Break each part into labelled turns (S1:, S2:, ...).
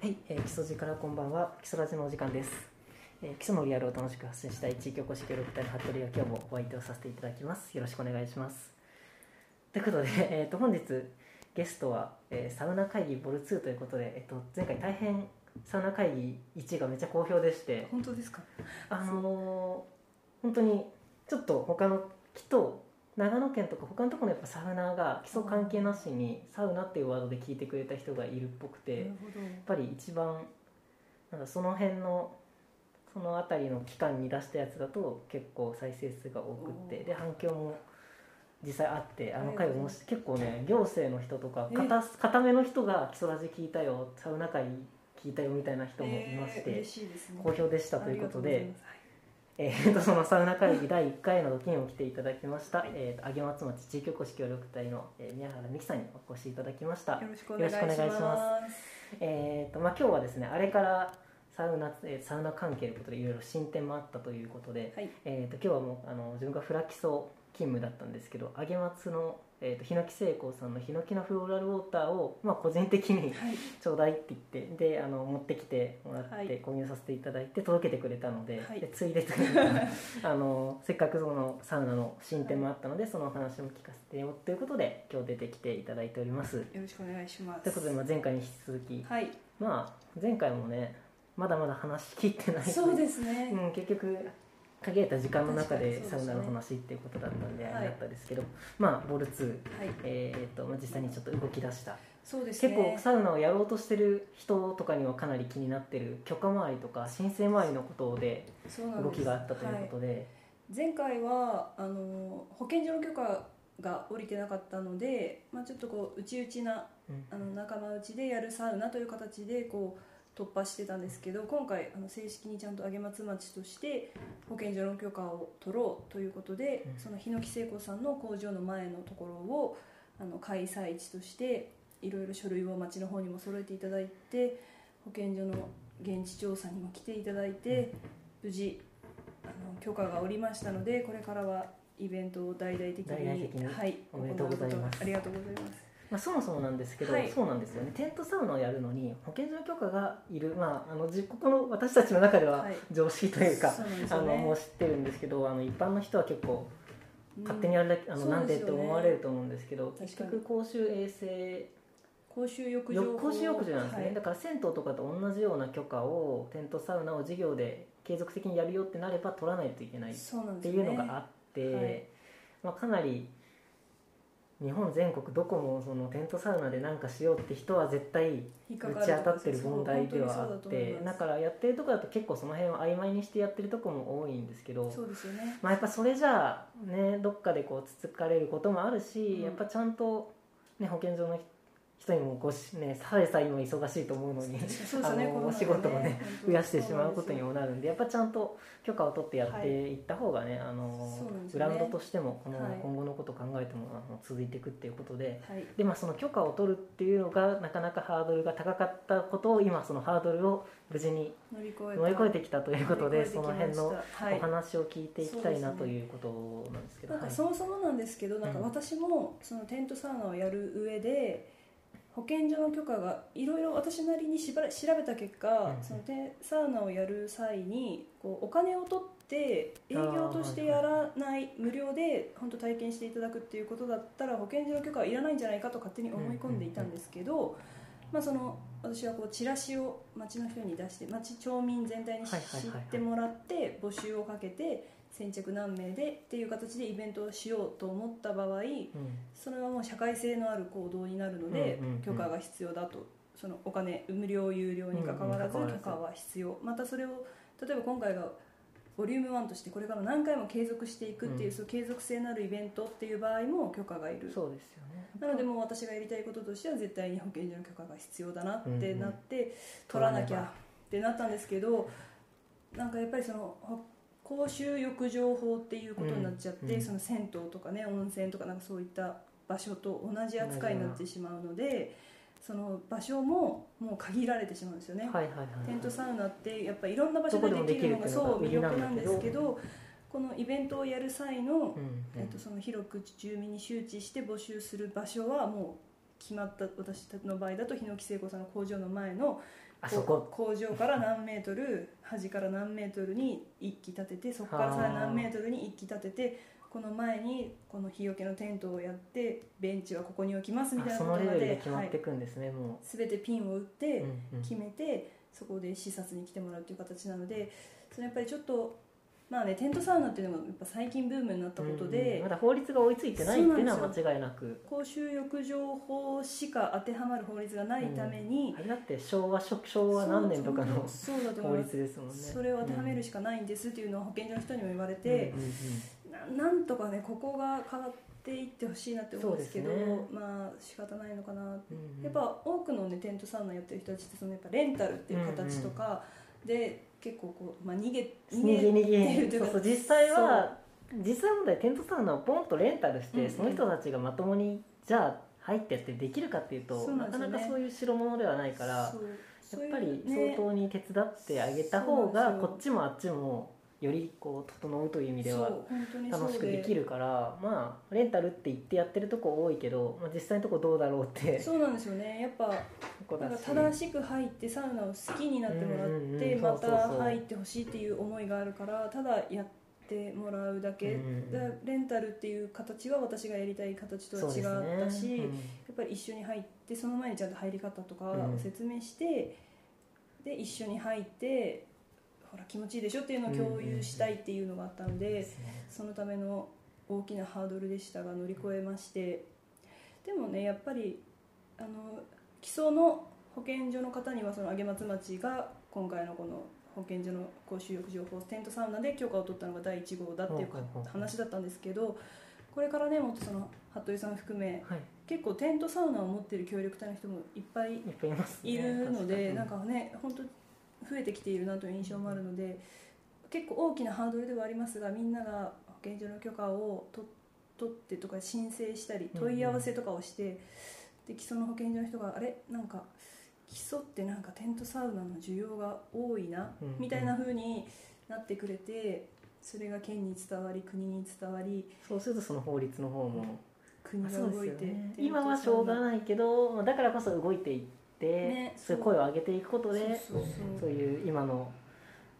S1: はい、えー、基礎寺からこんばんは、基礎ラジのお時間です。えー、基礎のリアルを楽しく発信したい地域おこし協力隊の服部が今日もお相手をさせていただきます。よろしくお願いします。ということで、 えっ、と、本日ゲストは、えーサウナ会議ボル2ということで、えっ、と、前回大変サウナ会議1がめっちゃ好評でして、
S2: 本当ですか
S1: あのー本当にちょっと他の木と長野県とか他のところのやっぱサウナーが基礎関係なしにサウナっていうワードで聞いてくれた人がいるっぽくて、
S2: なる
S1: やっ
S2: ほど
S1: ぱり一番なんかその辺のその辺りの期間に出したやつだと結構再生数が多くって
S2: おー
S1: で反響も実際あってあの回
S2: ありがとうご
S1: も
S2: ざいま
S1: し結構ね行政の人とか
S2: え
S1: 片す固めの人が「基礎ラジ聞いたよサウナ会聞いたよ」みたいな人もいまして、
S2: えー嬉しいですね
S1: 好評でしたということ
S2: あ
S1: で
S2: りが。ございますはい
S1: えー、とそのサウナ会議第1回の時にも来ていただきました、えー、と上松町地域おこし協力隊の、えー宮原美樹さんにお越しいただきました
S2: よ、ろしくお願いし
S1: よろしくお願いしま
S2: ます。
S1: えーとまあ、今日はですねあれからサウナ、えーサウナ関係のことでいろいろ進展もあったということで、
S2: はい。
S1: えー、と今日はもうあの自分がフラキソ勤務だったんですけど上松の、えー、と檜聖光さんの檜のフローラルウォーターを、まあ、個人的に
S2: はい。
S1: ちょうだいって言ってであの持ってきてもらって、
S2: はい
S1: 購入させていただいて届けてくれたので,、
S2: はい
S1: でついでというか あのせっかくそのサウナの進展もあったので、そのお話も聞かせてよということで今日出てきていただいております。
S2: よろしくお願いします。
S1: ということで、まあ、前回に引き続き、
S2: はい。
S1: まあ前回もねまだまだ話しきってない
S2: そうです
S1: す
S2: ね。
S1: うん、結局限られた時間の中で
S2: 確
S1: サ
S2: か
S1: ウ
S2: にそうです
S1: ナ
S2: ね
S1: の話っていうことだったんで
S2: はい
S1: あれだったですけど、まあボル2、
S2: はい。
S1: えーとまあ、実際にちょっと動き出した
S2: そうですね。
S1: 結構サウナをやろうとしてる人とかにはかなり気になってる許可周りとか申請周りのことで
S2: そうなん
S1: 動
S2: です
S1: きがあったということで
S2: 前回はあの保健所の許可が下りてなかったので、まあちょっとこう内々な
S1: うん
S2: あの仲間内でやるサウナという形でこう突破してたんですけど今回あの正式にちゃんと上松町として保健所の許可を取ろうということで、
S1: うん
S2: その檜聖子さんの工場の前のところをあの開催地としていろいろ書類を町の方にも揃えていただいて保健所の現地調査にも来ていただいて無事あの許可が下りましたのでこれからはイベントを大々的に
S1: 大々的に
S2: はい、
S1: おめでとうございます
S2: 行ことありがとうございます。
S1: まあ、そもそもなんですけど、
S2: はい
S1: そうなんですよねテントサウナをやるのに保健所の許可がいる、まあ、あのじここの私たちの中では
S2: はい
S1: 常識というか、
S2: そうなんです
S1: あ
S2: よね
S1: のもう知ってるんですけどあの一般の人は結構勝手にやるだけ、あの
S2: そうですよね
S1: なんでって思われると思うんですけど
S2: 確かに
S1: 結局公衆衛生
S2: 公衆浴場
S1: よ公衆浴場なんですね、
S2: はい
S1: だから銭湯とかと同じような許可をテントサウナを事業で継続的にやるよってなれば取らないといけないっ
S2: そうなん
S1: て
S2: です
S1: い
S2: ね
S1: うのがあって、
S2: はい
S1: まあ、かなり日本全国どこもそのテントサウナで何かしようって人は絶対
S2: 引っ
S1: ぶ
S2: かか
S1: ち
S2: る
S1: 当たってる問題ではあっ
S2: そう本当にそうだと思い
S1: て
S2: ます
S1: だからやってるとこだと結構その辺を曖昧にしてやってるとこも多いんですけど
S2: そうですよね
S1: まあ、やっぱそれじゃあ、ね、どっかでこうつつかれることもあるし、
S2: うん
S1: やっぱちゃんと、ね、保健所の人にもごし、ね、さえさえ今忙しいと思うのに
S2: そうですよ ね
S1: あの
S2: コロナが
S1: お仕事をね
S2: 本当
S1: 増やしてしまうことに
S2: そう
S1: もなるんでやっぱちゃんと許可を取ってやっていった方がね、あの
S2: そうなんです
S1: ブ
S2: よね
S1: ランドとしてもこの
S2: はい
S1: 今後のことを考えてもあの続いていくっていうことで。
S2: なんですよはい
S1: でまあ、その許可を取るっていうのがなかなかハードルが高かったことを今そのハードルを無事に
S2: 乗り越えた
S1: 乗り越えてきたということでその辺の
S2: 乗り越えてきましたはい
S1: お話を聞いていきたいな
S2: そ
S1: と
S2: うですね
S1: いうことなんですけど、
S2: なん
S1: は
S2: か
S1: い
S2: そもそもなんですけどなんか
S1: うん
S2: 私もそのテントサウナをやる上で保健所の許可がいろいろ私なりにしばら調べた結果
S1: うん
S2: そのテンサウナをやる際にこうお金を取って営業としてやらない無料で本当体験していただくっていうことだったら保健所の許可はいらないんじゃないかと勝手に思い込んでいたんですけどまあその私はこうチラシを町の人に出して町町民全体に知
S1: はいはいはいはい
S2: ってもらって募集をかけて先着何名でっていう形でイベントをしようと思った場合
S1: うん
S2: それはもう社会性のある行動になるので、
S1: うんうんうん
S2: 許可が必要だとそのお金無料有料にかかわらず
S1: うん
S2: 許
S1: うん
S2: 可は必要、またそれを例えば今回がボリューム1としてこれからも何回も継続していくってい
S1: う
S2: う、
S1: ん
S2: その継続性のあるイベントっていう場合も許可がいる
S1: そうですよね
S2: なのでもう私がやりたいこととしては絶対に保健所の許可が必要だなってなって、取らなきゃってなったんですけどなんかやっぱりそのほ公衆浴場法っていうことになっちゃって、
S1: うんうん
S2: その銭湯とかね温泉とかなんかそういった場所と同じ扱いになってしまうのでその場所ももう限られてしまうんですよね。
S1: はいはいはい
S2: テントサウナってやっぱいろんな場所
S1: ど
S2: で
S1: こでも
S2: で
S1: で
S2: き
S1: き
S2: る
S1: る
S2: のが
S1: っていう
S2: そ
S1: のが
S2: う魅力
S1: 売り
S2: な
S1: なんんだけ
S2: で
S1: ど
S2: すけどこのイベントをやる際の
S1: うんうん
S2: えっと、その広く住民に周知して募集する場所はもう決まった私の場合だとヒノキ聖子さんの工場の前の
S1: あそこ
S2: 工場から何メートル端から何メートルに一基立ててそこからさらに何メートルに一基立ててこの前にこの日よけのテントをやってベンチはここに置きますみたい
S1: あ
S2: な
S1: そ
S2: こ
S1: の
S2: と
S1: レ
S2: ま
S1: ベルで
S2: で
S1: 決まっていくんですね、も
S2: すべ、全てピンを打っ
S1: う、
S2: て
S1: うんうん
S2: 決めてそこで視察に来てもらうという形なのでそれやっぱりちょっとまあねテントサウナっていうのもやっぱ最近ブームになったことで。
S1: うんうんまだ法律が追いついてないっていうの
S2: そうな
S1: は
S2: んです
S1: 間違いなく
S2: 公衆浴場法しか当てはまる法律がないために、
S1: あれだって昭和初昭和何年とかの
S2: そうだと思
S1: 法
S2: います
S1: 律ですもんね
S2: それを当てはめるしかないんですっていうのを保健所の人にも言われて、
S1: うんうんうん
S2: ななんとかねここが変わっていってほしいなって思うんですけど
S1: そうですね
S2: まあ仕方ないのかな
S1: うんうん
S2: やっぱ多くの、ね、テントサウナやってる人たちってそのやっぱレンタルっていう形とかで結構こう、まあ、逃げ
S1: 逃げ
S2: て
S1: 逃
S2: るとい
S1: げ
S2: うか
S1: そうそう実際は実際問題テントサウナをポンとレンタルして、
S2: うんうん
S1: その人たちがまともにじゃあ入ってやってできるかっていうと
S2: そうな
S1: な
S2: んです
S1: か
S2: よね
S1: なかそういう代物ではないからやっ
S2: そう
S1: ぱり
S2: そういう
S1: 相
S2: ね
S1: 当に手伝ってあげた方
S2: そうな
S1: が
S2: んですよ
S1: こっちもあっちもよりこう整うという意味で
S2: そう
S1: は
S2: 本当にそう
S1: 楽しくでき
S2: る
S1: るからまあレンタルって言ってやってるとこ多いけど、まあ、実際のとこどうだろうって
S2: そうなんですよねやっぱ
S1: こ
S2: なん
S1: だ
S2: か
S1: し
S2: 正しく入ってサウナを好きになってもら
S1: うん
S2: っ
S1: うん
S2: て
S1: うん
S2: ま
S1: そうそう
S2: た
S1: そう
S2: 入ってほしいっていう思いがあるからただやってもらうだ
S1: う
S2: け
S1: んうん
S2: だレンタルっていう形は私がやりたい形とは違った
S1: そうです
S2: し
S1: ね
S2: や
S1: うん
S2: っぱり一緒に入ってその前にちゃんと入り方とか
S1: うん
S2: 説明してで一緒に入ってほら気持ちいいでしょっていうのを共有したいっていうのがあったの
S1: で
S2: です
S1: ね
S2: そのための大きなハードルでしたが乗り越えましてでもねやっぱりあの基礎の保健所の方にはその上松町が今回のこの保健所の公衆浴場法テントサウナで許可を取ったのが第1号だっていうか
S1: ほうほうほう
S2: 話だったんですけどこれからねもっとその服部さん含め
S1: はい
S2: 結構テントサウナを持ってる協力隊の人もいっぱい
S1: いっぱいいますね
S2: いるので、
S1: 確
S2: なん
S1: か
S2: かね本当増えてきているなという印象もあるので結構大きなハードルではありますがみんなが保健所の許可をと取ってとか申請したり
S1: うんうん
S2: 問い合わせとかをして、で基礎の保健所の人があれなんか基礎ってなんかテントサウナの需要が多いな、
S1: うんうん
S2: みたいな風になってくれてそれが県に伝わり国に伝わり
S1: そうするとその法律の方も
S2: 国が
S1: そうで
S2: 動い
S1: すよ
S2: て、
S1: ね
S2: テントサ
S1: 今
S2: ウナ
S1: はしょうがないけどまあだからこそ動いていって、
S2: ね
S1: そういう
S2: そ
S1: 声
S2: う
S1: を上げていくことで
S2: そうそうそう
S1: そういう今の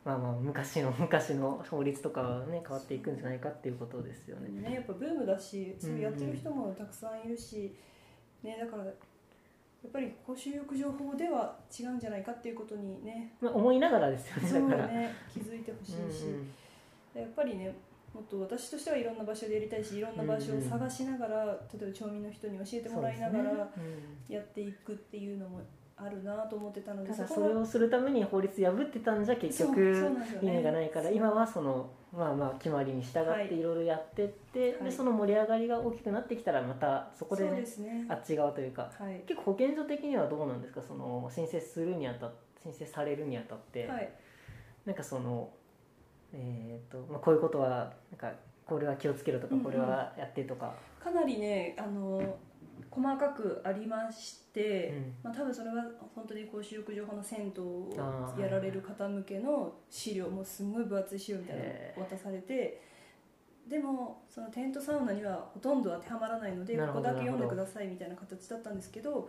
S1: まあまあ昔の昔の法律とかはね変わっていくんじゃないかっていうことですよね
S2: ね、やっぱブームだしそうやってる人もたくさんいるし、ね、だからやっぱり公衆浴場法では違うんじゃないかっていうことにね
S1: まあ思いながらですよね
S2: そ う
S1: だから、
S2: ね気づいてほしいし、
S1: うんうん
S2: やっぱりねもっと私としてはいろんな場所でやりたいしいろんな場所を探しながら、例えば町民の人に教えてもらいなが
S1: そう
S2: ら
S1: ですね
S2: やっていくっていうのもあるなと思ってたの
S1: うん
S2: で
S1: ただ
S2: こ
S1: そ
S2: は
S1: れをするために法律破ってたんじゃ結
S2: そうそう
S1: 局
S2: なんですよ
S1: 意
S2: ね
S1: 味がないから今はそのまあまあ決まりに従
S2: は
S1: って
S2: い
S1: いろいろやってって、
S2: はい
S1: でその盛り上がりが大きくなってきたらまたそこで,、
S2: そう
S1: ね
S2: ですね
S1: あっち側というか
S2: はい
S1: 結構保健所的にはどうなんですかその申請するにあた申請されるにあたって、
S2: はい
S1: なんかそのえーとまあ、こういうことはなんかこれは気をつけろとか
S2: うんうん
S1: これはやってとか、
S2: かなりねあの細かくありまして、
S1: うん
S2: まあ、多分それは本当に公衆浴場派の銭湯
S1: あ
S2: を
S1: ー
S2: やられる方向けの資料もうすごい分厚い資料みたいなの
S1: へー
S2: を渡されてでもそのテントサウナにはほとんど当てはまらないので
S1: なる
S2: こ
S1: ほ
S2: こ
S1: ど
S2: だけ読んでくださいみたいな形だったんですけど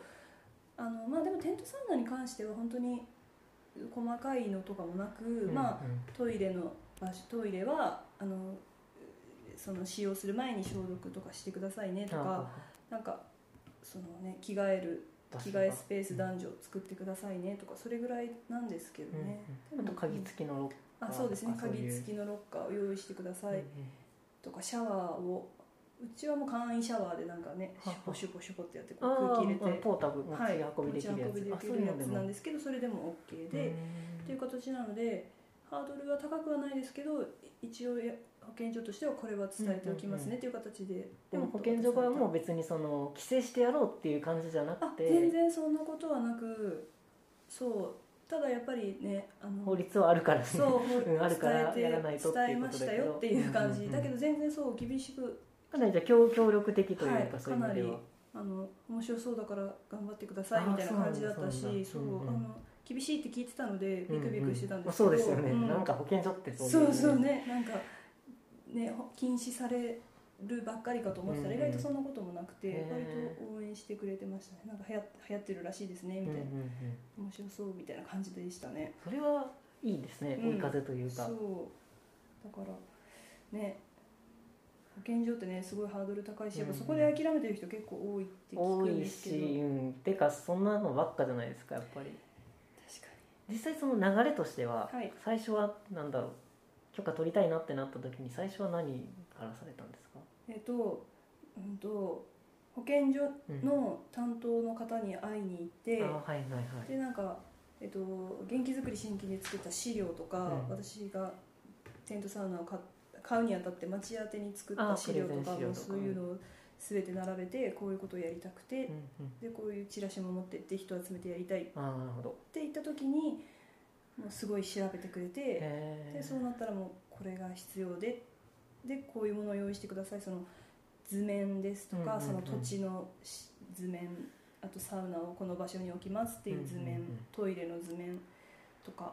S2: あの、まあ、でもテントサウナに関しては本当に細かいのとかもなく、まあトイレの場所トイレはあのその使用する前に消毒とかしてくださいね
S1: あ
S2: とかなんかそのね着替える着替えスペース男女を作ってくださいねとかそれぐらいなんですけどね、
S1: うんうん、あ
S2: で
S1: と
S2: も
S1: 鍵付きのロッカー
S2: あそうですね
S1: とかそういう
S2: 鍵付きのロッカーを用意してくださ
S1: ー
S2: いとかシャワーをうちはもう簡易シャワーでなんかねシ
S1: は
S2: ュ
S1: は
S2: ポシュポシュポってやってこ
S1: うんう
S2: う
S1: ん、
S2: 空気入れ
S1: あー
S2: て
S1: ポータブ持
S2: はい
S1: ち運びできるや
S2: 持ち運び
S1: つ、
S2: で
S1: あ
S2: き
S1: そうい
S2: る
S1: う
S2: や
S1: の
S2: つ
S1: でも
S2: なんですけどそれでも OK
S1: う
S2: で
S1: ん
S2: という形なのでハードルは高くはないですけど一応や保健所としてはこれは伝えておきます
S1: うんうんう
S2: ねという形で
S1: でも保健所側も別にその規制してやろうっていう感じじゃなく
S2: あ
S1: て
S2: 全然そんなことはなくそうただやっぱりねあの
S1: 法律はあるからね
S2: そう
S1: うんあるから
S2: 伝
S1: やらな
S2: え
S1: い
S2: て
S1: とって
S2: 伝
S1: い
S2: え
S1: うこ
S2: ま
S1: と
S2: し
S1: だ
S2: た
S1: け
S2: よ
S1: ど
S2: っていう感じ、
S1: うんうん
S2: だけど全然そう厳しく
S1: かなりじゃあ協協力的というか、
S2: はい
S1: そういう意味では
S2: あの面白そうだから頑張ってください
S1: あー
S2: みたいな感じだったし
S1: そうなんだ
S2: そ
S1: そ
S2: う
S1: うなんだ
S2: あ
S1: うんうん
S2: の厳しいって聞いてたのでビクビクしてたんですけ
S1: う
S2: ど、
S1: うまあ、そうですよね、
S2: うん
S1: なんか保健所ってそう
S2: そう
S1: です
S2: そ
S1: よ
S2: うねなんかねほ禁止されるばっかりかと思ってたら
S1: うん
S2: 意外とそんなこともなくて
S1: へ
S2: 割
S1: え
S2: と応援してくれてましたねなんか流行流行ってるらしいですねみたいな
S1: うんうんうん
S2: 面白そうみたいな感じでしたね
S1: それはいいですね、
S2: うん
S1: 追い風という
S2: そ
S1: か
S2: うだからね保健所ってねすごいハードル高いしやっぱそこで諦めてる人結構多いって聞
S1: 多
S2: くん
S1: い
S2: です
S1: し、
S2: けど
S1: うん、てかそんなのばっかじゃないですかやっぱり実際その流れとしては、
S2: はい
S1: 最初はなんだろう許可取りたいなってなった時に最初は何からされたんですか、
S2: 確かにえっと,、うん、と保健所
S1: うん
S2: の担当の方に会いに行って、
S1: あはいはいはい
S2: でなんか、えっと、元気づくり新規で作った資料とか、
S1: うん
S2: 私がテントサウナを買っ買うにあたって町宛てに作った資料とか
S1: あプレゼ
S2: も
S1: ン資料とか
S2: そういうのを全て並べてこういうことをやりたくて
S1: う、んうん
S2: でこういうチラシも持ってって人集めてやりたいっ
S1: あーなるほど
S2: て言った時にもうすごい調べてくれて
S1: へえ
S2: でそうなったらもうこれが必要ででこういうものを用意してくださいその図面ですとか、
S1: うんうんうん
S2: その土地のし図面あとサウナをこの場所に置きますっていう図面、
S1: うんうんうん
S2: トイレの図面とか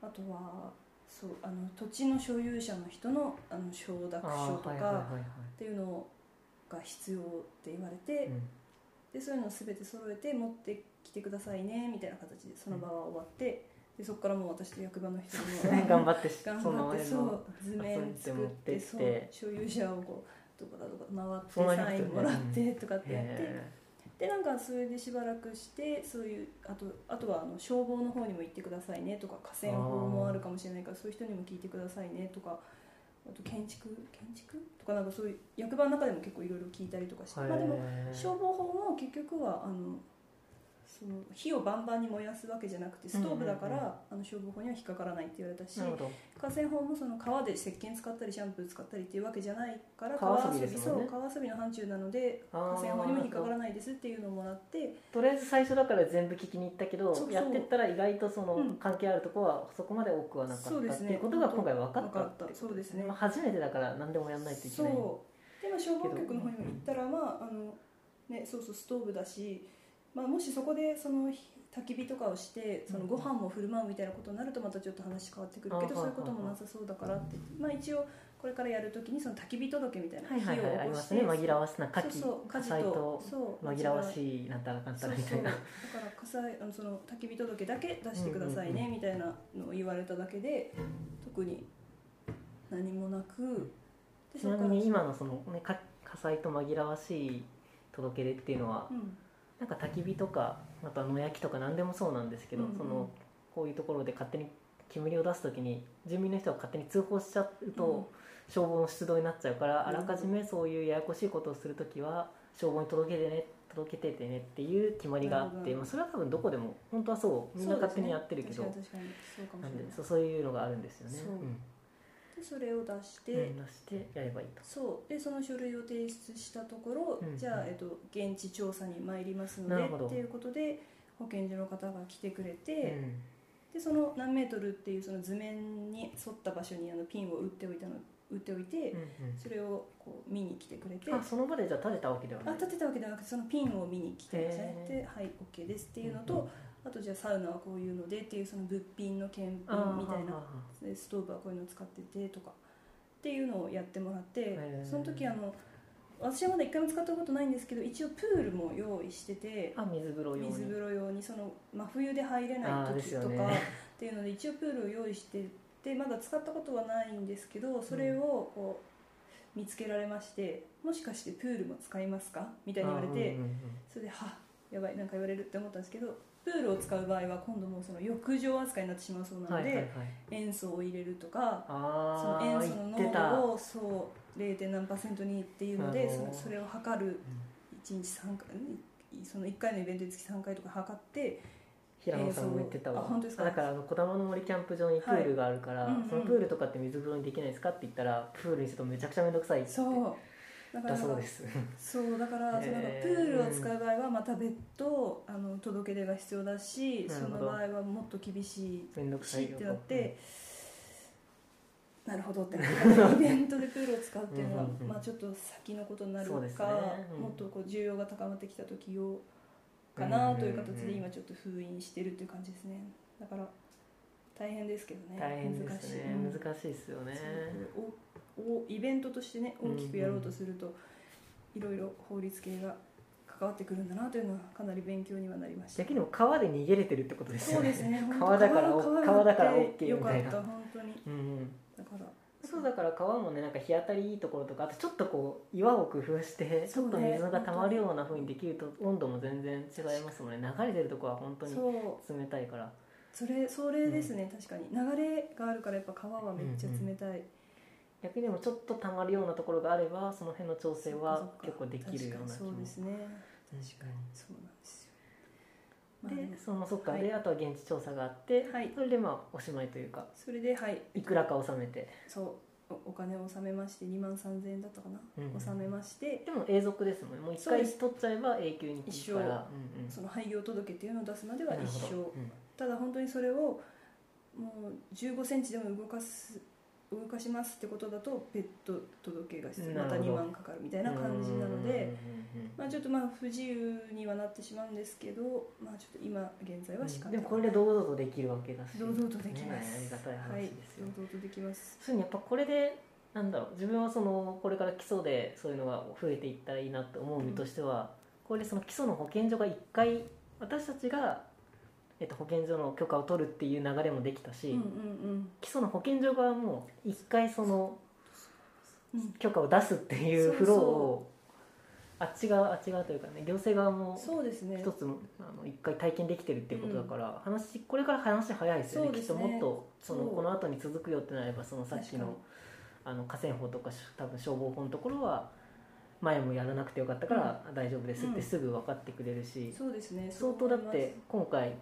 S2: あとはそうあの土地の所有者の人のあの承諾
S1: あ
S2: 書
S1: ー
S2: と
S1: はいはい
S2: か
S1: はいは
S2: っていうのが必要って言われて。
S1: いうん
S2: でそういうのを全て揃えて持ってきてくださいねみたいな形でその場は終わって、でそこからもう私と役場の人にも
S1: 頑張ってし
S2: 頑
S1: その
S2: 張って
S1: 絵
S2: そ
S1: の
S2: う図面作って
S1: 遊
S2: そ
S1: ん
S2: う
S1: で持ってって
S2: 所有者をこうどこだどこ
S1: そん
S2: だ
S1: な
S2: 回
S1: に
S2: ってサインもらってとかってやって、
S1: へ
S2: でなんかそれでしばらくしてそういうあとあとはあの消防の方にも行ってくださいねとか河川法もあるかもしれないからそういう人にも聞いてくださいねとか。あと建築建築とかなんかそういう役場の中でも結構いろいろ聞いたりとかして、
S1: え
S2: まあでも
S1: へえ
S2: 消防法も結局はあのその火をバンバンに燃やすわけじゃなくてストーブだから、
S1: うんうんう
S2: あの消防法には引っかからないって言われたし
S1: なるほど
S2: 河川法もその川で石鹸使ったりシャンプー使ったりっていうわけじゃないから
S1: 川遊びです
S2: そ
S1: もんね
S2: う川遊びの範疇なので
S1: あー
S2: 河川法にも引っかからないですっていうのをもらって
S1: とりあえず最初だから全部聞きに行ったけど
S2: そうそう
S1: やってったら意外とその
S2: うん
S1: 関係あるとこはそこまで多くはなかった
S2: そうで
S1: っ
S2: すね
S1: ていうことが今回分かった
S2: 分
S1: って
S2: かったそうですね
S1: まあ初めてだから何でもやんないといけ
S2: そう
S1: ない
S2: でも消防局の方にも行ったらまああのねそうそうストーブだし、まあ、もしそこでその火焚き火とかをしてそのご飯も振る舞うみたいなことになるとまたちょっと話変わってくるけど、
S1: うん
S2: そういうこともなさそうだからって、まあ、一応これからやるときにその焚き火届けみたいな
S1: はいはいはいありますね紛らわしな火器
S2: そうそう火
S1: 火
S2: 事
S1: 災
S2: と
S1: と
S2: そう
S1: 紛らわ
S2: い
S1: しいなんたらかんた
S2: そう
S1: らみた
S2: そう
S1: い
S2: だ
S1: な
S2: から火災あのその焚き火届けだけ出してください
S1: うんうん
S2: ねみたいなのを言われただけで特に何もなくで
S1: ちなみに今のその、ね、か火災と紛らわしい届け出っていうのは
S2: うん
S1: なんか焚き火とかまた野焼きとか何でもそうなんですけど、
S2: うんうん
S1: そのこういうところで勝手に煙を出す時に住民の人が勝手に通報しちゃうと、
S2: うん
S1: 消防の出動になっちゃうから、
S2: うん
S1: あらかじめそういうややこしいことをする時は消防に届けてね届けててねっていう決まりがあっ
S2: なるほ
S1: て、
S2: ど
S1: まあ、それは多分どこでも本当はそうみんな勝手にやってるけど、
S2: そうですね確かに確かにそうかも
S1: な
S2: し
S1: ん
S2: れ
S1: で
S2: ない
S1: そうそういうのがあるんですよね。
S2: そうでそれを出して、
S1: うん、連絡してやればいいと
S2: そうでその書類を提出したところ、
S1: うん
S2: じゃあ、えっと、現地調査に参りますの
S1: な
S2: で
S1: るほど
S2: っていうことで保健所の方が来てくれて、
S1: うん
S2: でその何メートルっていうその図面に沿った場所にあのピンを打っておいたの打っておいて、
S1: うん
S2: それをこう見に来てくれて
S1: うん、あその場でじゃあ立てたわけでは
S2: あ
S1: ない
S2: 立てたわけではなくてそのピンを見に来てましたね
S1: へー
S2: で「はい OK です」っていうのと、
S1: うんうん
S2: あとじゃあサウナはこういうのでっていうその物品の検
S1: あー
S2: 品みたいな
S1: ははは
S2: でストーブはこういうのを使っててとかっていうのをやってもらって、
S1: へー
S2: その時あの私はまだ一回も使ったことないんですけど一応プールも用意してて
S1: あ水風呂用に
S2: 水風呂用にその真冬で入れ
S1: あ
S2: な
S1: ー
S2: い
S1: です
S2: 時と
S1: よ
S2: か、
S1: ね
S2: っていうので一応プールを用意しててまだ使ったことはないんですけどそれをこう見つけられましてもしかしてプールも使いますかみたいに言われて、
S1: あーうんうんうん
S2: それではっやばいなんか言われるって思ったんですけどプールを使う場合は今度もうその浴場扱いになってしまうそうな
S1: は
S2: ので、
S1: いはいはい、
S2: 塩素を入れるとかそ
S1: あ
S2: の
S1: あ
S2: 塩素
S1: 言ってた
S2: の濃度をそう 0. 何パーセントにっていうの
S1: な
S2: で
S1: るほ
S2: そ
S1: ど
S2: のそれを測る1日3回んその1回のイベントにつき3回とか測って
S1: 平野さんも言ってたわ
S2: 塩素をあ本当ですか
S1: だからあの小玉の森キャンプ場にプールがあるから、
S2: はいうんうん
S1: そのプールとかって水風呂にできないですかって言ったらプールにするとめちゃくちゃ面倒くさいって
S2: そうだか
S1: だ
S2: ら
S1: そうです
S2: そうだから
S1: へー
S2: そのなんかプールを使う場合はまた別途あの届け出が必要だし
S1: な
S2: そ
S1: るほ
S2: の
S1: ど
S2: 場合はもっと厳しい
S1: 面倒くさ
S2: しっ
S1: いよ
S2: てなってなるほどってな ってイベントでプールを使うっていうのは
S1: うんうんうん
S2: まあちょっと先のことになる
S1: そうですね
S2: か
S1: うん
S2: もっとこう需要が高まってきた時用かなという形
S1: うんうんう
S2: で
S1: ん
S2: 今ちょっと封印してるっていう感じですねだから大変ですけどね
S1: 大変ですね
S2: 難しいうん
S1: 難しいですよね
S2: そうおおイベントとしてね大きくやろうとするといろいろ法律系が関わってくるんだなというのはかなり勉強にはなりました
S1: 逆にもう川で逃げれてるってことです
S2: そ
S1: よ
S2: う
S1: ね
S2: です ね本当
S1: 川だから
S2: 川
S1: 川だから
S2: 川って
S1: OK
S2: よかっ
S1: みたい
S2: た
S1: な
S2: 本当に
S1: うんうん
S2: だから
S1: そうだから川もねなんか日当たりいいところとかあとちょっとこう岩を工夫してち
S2: そ
S1: ょ
S2: う
S1: っ
S2: ね
S1: と水が溜まるような風にできると温度も全然違いますもんね流れてるとこは本当に
S2: そう
S1: 冷たいから
S2: それそれですね、確かに流れがあるからやっぱ川はめっちゃ冷たい、
S1: 逆にでもちょっと溜まるようなところがあればその辺の調整
S2: そっ
S1: は
S2: か
S1: 結構できるような気
S2: 確かに
S1: も
S2: そうですね
S1: うん
S2: 確かにそうなんですよ、まあね
S1: でそのそっか、
S2: はい
S1: であとは現地調査があって、
S2: はい
S1: それでまあおしまいというか
S2: それではい
S1: いくらか納めて
S2: そうおお金を納めまして2万3000円だったかな、
S1: うん
S2: 納めまして
S1: でも永続ですもんねもう一
S2: そう
S1: 回
S2: です
S1: 取っちゃえば永久に切るからうんうん
S2: その廃業届っていうのを出すまでは
S1: なる
S2: 一
S1: ほど
S2: 生
S1: うん
S2: ただ本当にそれをもう1 5ンチでも動かす動かしますってことだと別途届けが必要
S1: な
S2: ま
S1: る
S2: た
S1: ほど
S2: 2万かかるみたいな感じなの
S1: うんうんうん
S2: で、
S1: うん
S2: まあ、ちょっとまあ不自由にはなってしまうんですけど、まあ、ちょっと今現在は仕
S1: うん
S2: 方
S1: で
S2: が
S1: もこれで堂々とできるわけだし
S2: 堂々とできま
S1: ね
S2: す、
S1: ありがたい話ですよ、
S2: はい、堂々とできます
S1: そういうふうにやっぱこれでなんだろう自分はそのこれから基礎でそういうのが増えていったらいいなと思う身としては、これでその基礎の保健所が一回私たちが、えっと、保健所の許可を取るっていう流れもできたし、
S2: うんうん
S1: 基礎の保健所側も一回その
S2: うんうん
S1: 許可を出すっていうフロー
S2: そ
S1: をあっち側あっち側というかね行政側も
S2: そうですね
S1: 一つあの一回体験できてるっていうことだから、話これから話早いですよね
S2: そうで
S1: きっ
S2: す
S1: と
S2: ね
S1: もっとその
S2: そう
S1: この後に続くよってなればそのさっきの
S2: 確か
S1: あの河川法とかし多分消防法のところは前もやらなくてよかったから大丈夫ですって
S2: うん
S1: すぐ分かってくれるし
S2: に、そうですね
S1: 相当だって今回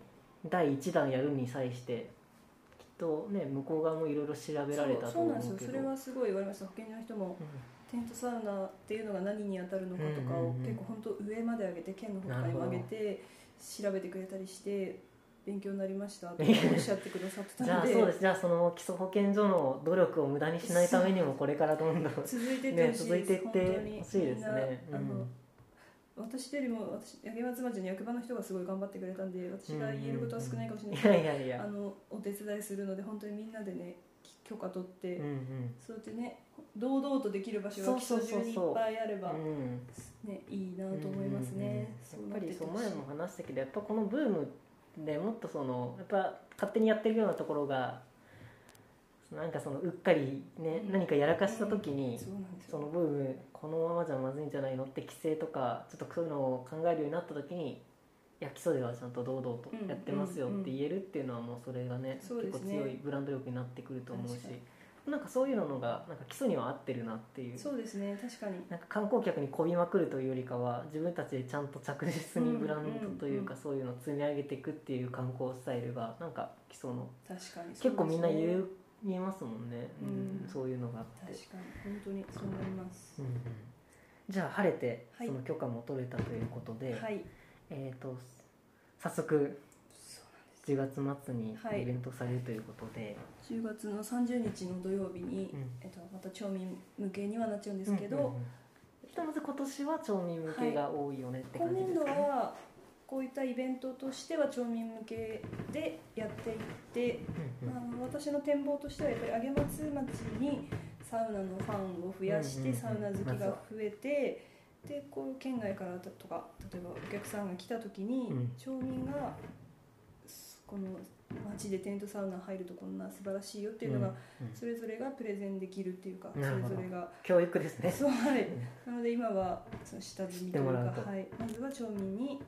S1: 第1弾やるに際してきっとね向こう側もいろいろ調べられたと
S2: そうそう
S1: 思
S2: な
S1: うん
S2: ですよ
S1: け
S2: そ
S1: ど
S2: れはすごい言われました保健所の人もテントサウナっていうのが何に当たるのか
S1: う
S2: とか
S1: んう
S2: を
S1: んうん
S2: 結構本当上まで上げて県の北にも上げて調べてくれたりして勉強になり ましたとかおっしゃってくださって
S1: うんじゃ
S2: たの
S1: あ
S2: で
S1: そうですじゃあその基礎保健所の努力を無駄にしないためにもこれからどんどん
S2: 続いてって
S1: ね
S2: ほしい
S1: 続いていっ
S2: 本当
S1: て
S2: に
S1: ほしいです
S2: みんな
S1: ね。う
S2: あの
S1: ん
S2: 私よりも私八木松町の役場の人がすごい頑張ってくれたんで私が言えることは少ないかもしれない
S1: い
S2: けど
S1: やいやい
S2: あ
S1: や。
S2: のお手伝いするので本当にみんなでねき許可取って、
S1: うんうん。
S2: そうやってね堂々とできる場所
S1: そう
S2: が基
S1: そう
S2: 礎
S1: そうそう
S2: 中にいっぱいあれば、
S1: うん
S2: ね、いいなと思いますね、
S1: うんうんうんやっぱりそう
S2: な
S1: 前
S2: てて
S1: も話したけどやっぱこのブームでもっとそのやっぱ勝手にやってるようなところがなんかそのうっかりね、
S2: うん
S1: 何かやらかした時
S2: ほし
S1: に、
S2: いそうなんです
S1: その
S2: よ
S1: ブームこのままじゃまずいんじゃないのって規制とかちょっとそういうのを考えるようになった時にいや基礎ではちゃんと堂々とやってますよって言えるっていうのはもうそれがね,、
S2: そうですね
S1: 結構強いブランド力になってくると思うし
S2: 確か
S1: なんかそういうのがなんか基礎には合ってるなっていう
S2: そうですね確かに
S1: なんか観光客にこびまくるというよりかは自分たちでちゃんと着実にブランドというかそういうのを積み上げていくっていう観光スタイルがなんか基礎の
S2: 確かに、
S1: 結構みんな
S2: そうです
S1: 言
S2: ね
S1: う言いますもんね、うん
S2: うん
S1: そういうのがあって
S2: 確。かに本当にそうなります
S1: うんうんじゃあ晴れて
S2: はい
S1: その許可も取れたということで、
S2: はい
S1: えー、と早速
S2: そう
S1: 10月末に
S2: はい
S1: イベントされるということで、
S2: 10月の30日の土曜日に、
S1: うん
S2: えっと、また町民向けにはなっちゃうんですけど、
S1: うんうんうんひとまず今年は町民向けが多いよねって
S2: 今
S1: 感じで
S2: 年
S1: す
S2: 度
S1: か、ね
S2: はこういったイベントとしては町民向けでやっていって
S1: うんうん
S2: あの私の展望としてはやっぱり上松町にサウナのファンを増やし
S1: うんうんう
S2: て
S1: ん
S2: サウナ好きが増えてでこう県外からだとか例えばお客さんが来た時に
S1: うん
S2: 町民がすこの町でテントサウナ入るとこんな素晴らしいよっていうのが
S1: うんうん
S2: それぞれがプレゼンできるっていうかそれ
S1: なるほど
S2: ぞれが
S1: 教育ですね、
S2: そうはい なので今はその下積みというか
S1: 知ってもらうと
S2: はいまずは町民
S1: うんう
S2: に
S1: んうん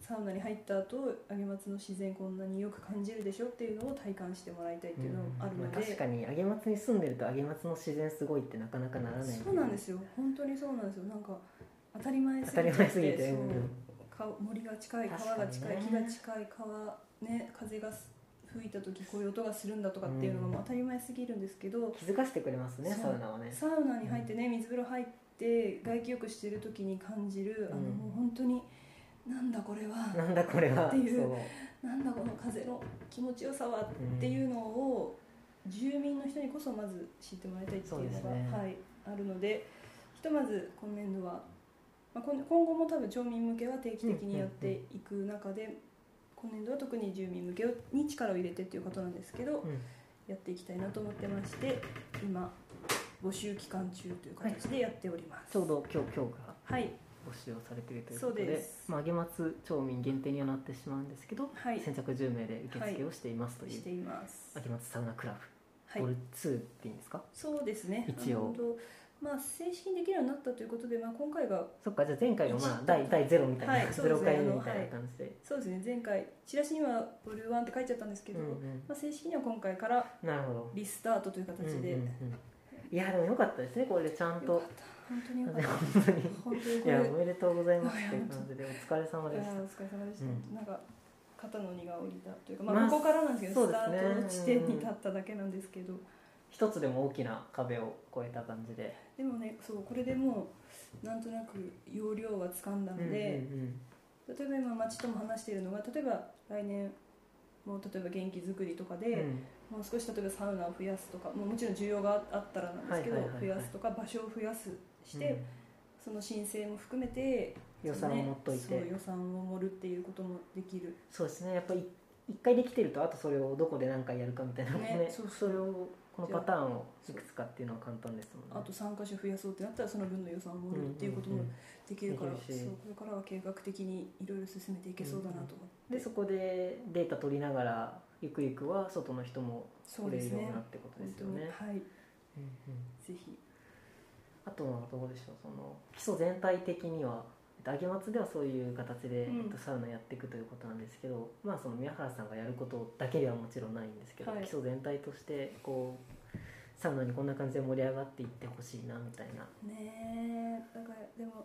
S2: サウナに入った後揚松の自然こんなによく感じるでしょっていうのを体感してもらいたいっていうのもある
S1: ま
S2: ので、
S1: あ確かに上松に住んでると上松の自然すごいってなかなかならない
S2: そうなんですすよ本当にそうなんですよなんか当たり前すぎ
S1: 当た
S2: て
S1: り前すぎて
S2: そう
S1: うんうん
S2: か森が近い
S1: 確
S2: 川
S1: か
S2: が
S1: に
S2: 近い、
S1: ね
S2: 木が近い川ね風がす吹いた時こういう音がするんだとかっていうのがもう当たり前すぎるんですけど、
S1: 気づかせてくれますね
S2: そう
S1: サウナはね
S2: サウナに入ってね水風呂入って外気浴してる時に感じる、あ
S1: う
S2: の
S1: ん
S2: もう本当になんだこれは、
S1: なんだこれは
S2: っていう
S1: そう
S2: なんだこの風の気持ちよさはっていうのを住民の人にこそまず知ってもらいたいっていうの
S1: そう
S2: が、
S1: ですね
S2: はい、あるのでひとまず今年度は、まあ、こん今後も多分町民向けは定期的にやっていく中で、今年度は特に住民向けに力を入れてっていうことなんですけど、
S1: うん
S2: やっていきたいなと思ってまして今募集期間中という形でやっております
S1: ちょうど今日今日が
S2: はい
S1: 募集をされているというこ
S2: そう
S1: とで
S2: です
S1: まあ、上松町民限定にはなってしまうんですけど、
S2: はい
S1: 先着10名で受付をしていますとい
S2: し
S1: う、
S2: ています
S1: 上松サウナクラ
S2: は
S1: ブ、
S2: い
S1: ボルツーっていいんですか
S2: そうですね
S1: 一応
S2: あのまあ正式にできるようになったということで、まあ、今回が
S1: そっかじゃあ前回のまあ
S2: 一
S1: 第第ゼロみたいな、
S2: はいそう
S1: ゼ
S2: で
S1: ロ
S2: すね
S1: 回
S2: あ
S1: 目
S2: の
S1: みたいな
S2: はい
S1: 感じで、
S2: そうですね前回チラシには「ボルワン」って書いちゃったんですけど、
S1: うんうん
S2: まあ、正式には今回から
S1: なるほど
S2: リスタートという形で、
S1: うんうんうんいやでも良かったですねこれでちゃん
S2: よ
S1: と
S2: かった本当によ
S1: 本
S2: かっ
S1: 当
S2: た
S1: に
S2: 本当に
S1: い
S2: これ
S1: やおめでとうございます
S2: いや
S1: っていう感じでお疲れ様
S2: い
S1: で
S2: や
S1: した
S2: ーお疲れ様でした、
S1: うん
S2: なんか肩の荷が下りたというか、まあ
S1: まあ
S2: ここからなんですけど
S1: そう
S2: ス
S1: で
S2: タ
S1: すね
S2: ートの地点に立っただけなんですけど、
S1: 一つでも大きな壁を越えた感じで
S2: でもねそうこれでもうなんとなく要領がつかんだので、
S1: うんうんうん
S2: 例えば今町とも話しているのが例えば来年もう例えば元気づくりとかで、もう少し例えばサウナを増やすとかもうもちろん需要があったらなんですけど、
S1: はいはいはいはい
S2: 増やすとか場所を増やすして、
S1: うん
S2: その申請も含めて
S1: 予算を持っといて
S2: そう予算を盛るっていうこともできる
S1: そうですねやっぱり一回できてるとあとそれをどこで何回やるかみたいなのもね
S2: ね
S1: そうそれをこのパターンをいくつかっていうのは簡単ですもん
S2: あ
S1: ね
S2: と3箇所増やそうってなったらその分の予算を盛るっていうこと
S1: んん
S2: も
S1: ん
S2: できるから、
S1: できるし
S2: そうこれからは計画的にいろいろ進めていけそうだなと思って、
S1: でそこでデータ取りながらゆくゆくは外の人も
S2: そ
S1: 来
S2: う
S1: れ
S2: で
S1: る
S2: す
S1: よう
S2: ね
S1: になってこと
S2: 本
S1: です
S2: 当
S1: よ
S2: に
S1: ね
S2: はい
S1: うんうん
S2: ぜひ
S1: あとはどうでしょうその基礎全体的にはえっと揚松ではそういう形で、
S2: うん
S1: えっとサウナやっていくということなんですけど、まあ、その宮原さんがやることだけではもちろんないんですけど、
S2: はい
S1: 基礎全体としてこうサウナにこんな感じで盛り上がっていってほしいなみたいな。
S2: ねえだからでも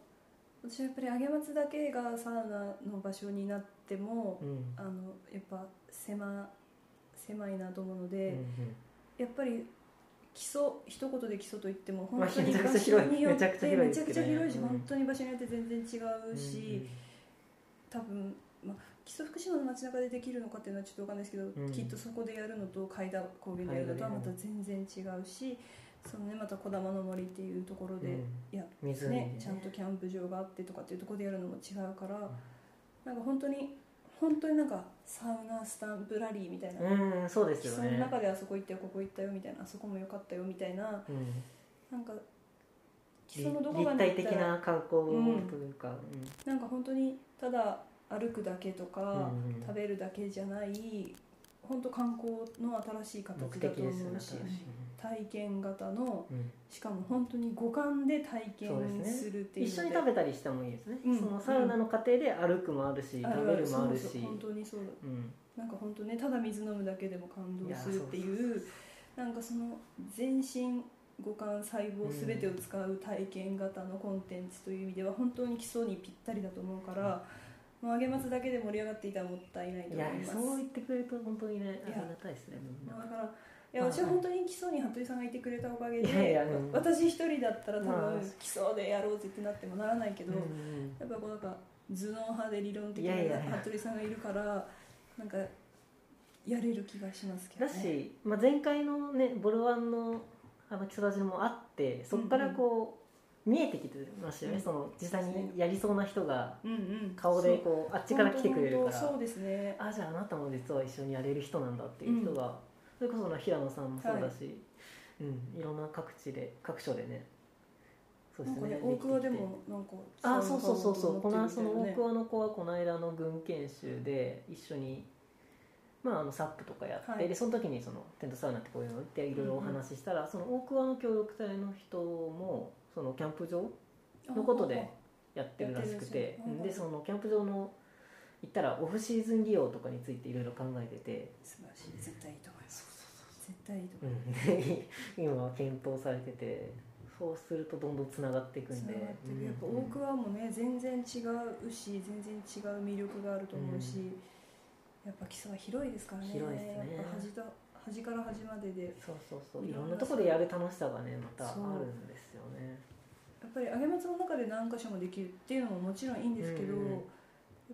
S2: 私はやっぱり上松だけがサウナの場所になっても、
S1: うん
S2: あのやっぱ狭狭いなと思うの
S1: う
S2: で、
S1: んうん
S2: やっぱり基礎一言で基礎と言っても
S1: まあ
S2: 本当
S1: め
S2: に
S1: ちゃ
S2: 場
S1: くちゃ広い
S2: 所によって
S1: めちゃくちゃ広い
S2: め
S1: で
S2: ち
S1: す
S2: ゃ
S1: け
S2: く
S1: ど
S2: ちゃ
S1: ね
S2: 広いし
S1: うん
S2: 本当に場所によって全然違うし、多分、まあ、基礎福島の街中でできるのかっていうのはちょっとわかんないですけど、
S1: うん
S2: きっとそこでやるのと階段高原でやるのとはまた全然違うしそのねまた児玉の森っていうところ
S1: うんう
S2: で
S1: ん、
S2: やっ
S1: 湖で
S2: ね、ちゃんとキャンプ場があってとかっていうところでやるのも違うから、なんか本当に本当になんかサウナスタンプラリーみたいな、
S1: うんそうです
S2: 基
S1: よ
S2: 礎の
S1: ね、
S2: 中であそこ行ったよここ行ったよみたいなあそこも良かったよみたいな
S1: うん、
S2: なんか基
S1: り
S2: 礎のどこか
S1: 立
S2: に行
S1: 体
S2: った
S1: 的
S2: ら
S1: な観光
S2: うん
S1: というか、うん
S2: なんか本当にただ歩くだけとか、
S1: うんうん
S2: 食べるだけじゃない本当観光の新しい形
S1: 目
S2: だ
S1: 的
S2: と
S1: ですよ
S2: 思
S1: ね
S2: うし体験型の
S1: うんうん
S2: しかも本当に五感で体験
S1: そうですね
S2: するっていう
S1: 一緒に
S2: の
S1: 食べたりしてもいいですね、
S2: うん
S1: そのサウナの過程で歩くもあるし、食
S2: で
S1: べるもある
S2: そう
S1: し
S2: そう本当にそうだ
S1: うん
S2: なんか本当ねただ水飲むだけでも感動するってい
S1: いやそう
S2: なんかその全身五感細
S1: うん
S2: 胞全てを使う体験型のコンテンツという意味では本当に基礎にぴったりだと思うから、もう揚げ松だけで盛り上がっていたらもったいないと
S1: い
S2: 思い
S1: や
S2: ます
S1: そう言ってくれると本当にねあり
S2: いや
S1: がたいですねみん
S2: ま
S1: な
S2: あだからいや
S1: まあ
S2: 私は本当に基礎に服部さんがいてくれたおかげで
S1: いやいやうん
S2: 私一人だったら多
S1: まあ
S2: 分基礎でやろうぜってなってもならないけど、
S1: うん
S2: やっぱこうなんか頭脳派で理論的ない
S1: やいやいや
S2: 服部さんがいるからなんかやれる気がしますけど
S1: だ
S2: ね。
S1: し、まあ、前回のねボルワンのあの基礎立ちもあってそこからこう、見えてきてましたよね、
S2: うん
S1: その実際にやりそうな人が
S2: うんうん、
S1: 顔でこうあっちから来てくれるか
S2: 本当
S1: ら
S2: そうですね
S1: あじゃああなたも実は一緒にやれる人なんだっていう人が、それこその平野さんもそうだし、い、うんいろんな各地で各所でねそ
S2: なんか
S1: で
S2: ね大
S1: きてき
S2: 久
S1: て
S2: 保でもなんか
S1: あそうそうそうそうこの
S2: な
S1: その大久保の子はこの間の軍研修で一緒に、まあ、あのサップとかやって、
S2: はい
S1: でその時にそのテントサウナってこういうのっていろいろお話ししたら、その大久保の協力隊の人もそのキャンプ場のことでやってるらしくて
S2: やってるらしい
S1: うん
S2: うん
S1: でそのキャンプ場の行ったらオフシーズン利用とかについていろいろ考えてて、
S2: 素晴らしい絶対いいと思います絶対いいと
S1: う
S2: 思
S1: ん
S2: い
S1: で 今は検討されててそうするとどんどんつながっていく
S2: ます
S1: ん
S2: つ
S1: で
S2: ながってるやっぱ
S1: うん
S2: 大久保もね全然違うし全然違う魅力があると思うし、
S1: うん
S2: やっぱ基礎は広いですからね
S1: 広いですね
S2: やっぱ端と端から端までで
S1: そうそうそういろんなところでやる楽しさがねまたあるんですよね
S2: やっぱり揚げ松の中で何箇所もできるっていうのももちろんいいんですけど、
S1: うんうん
S2: やっ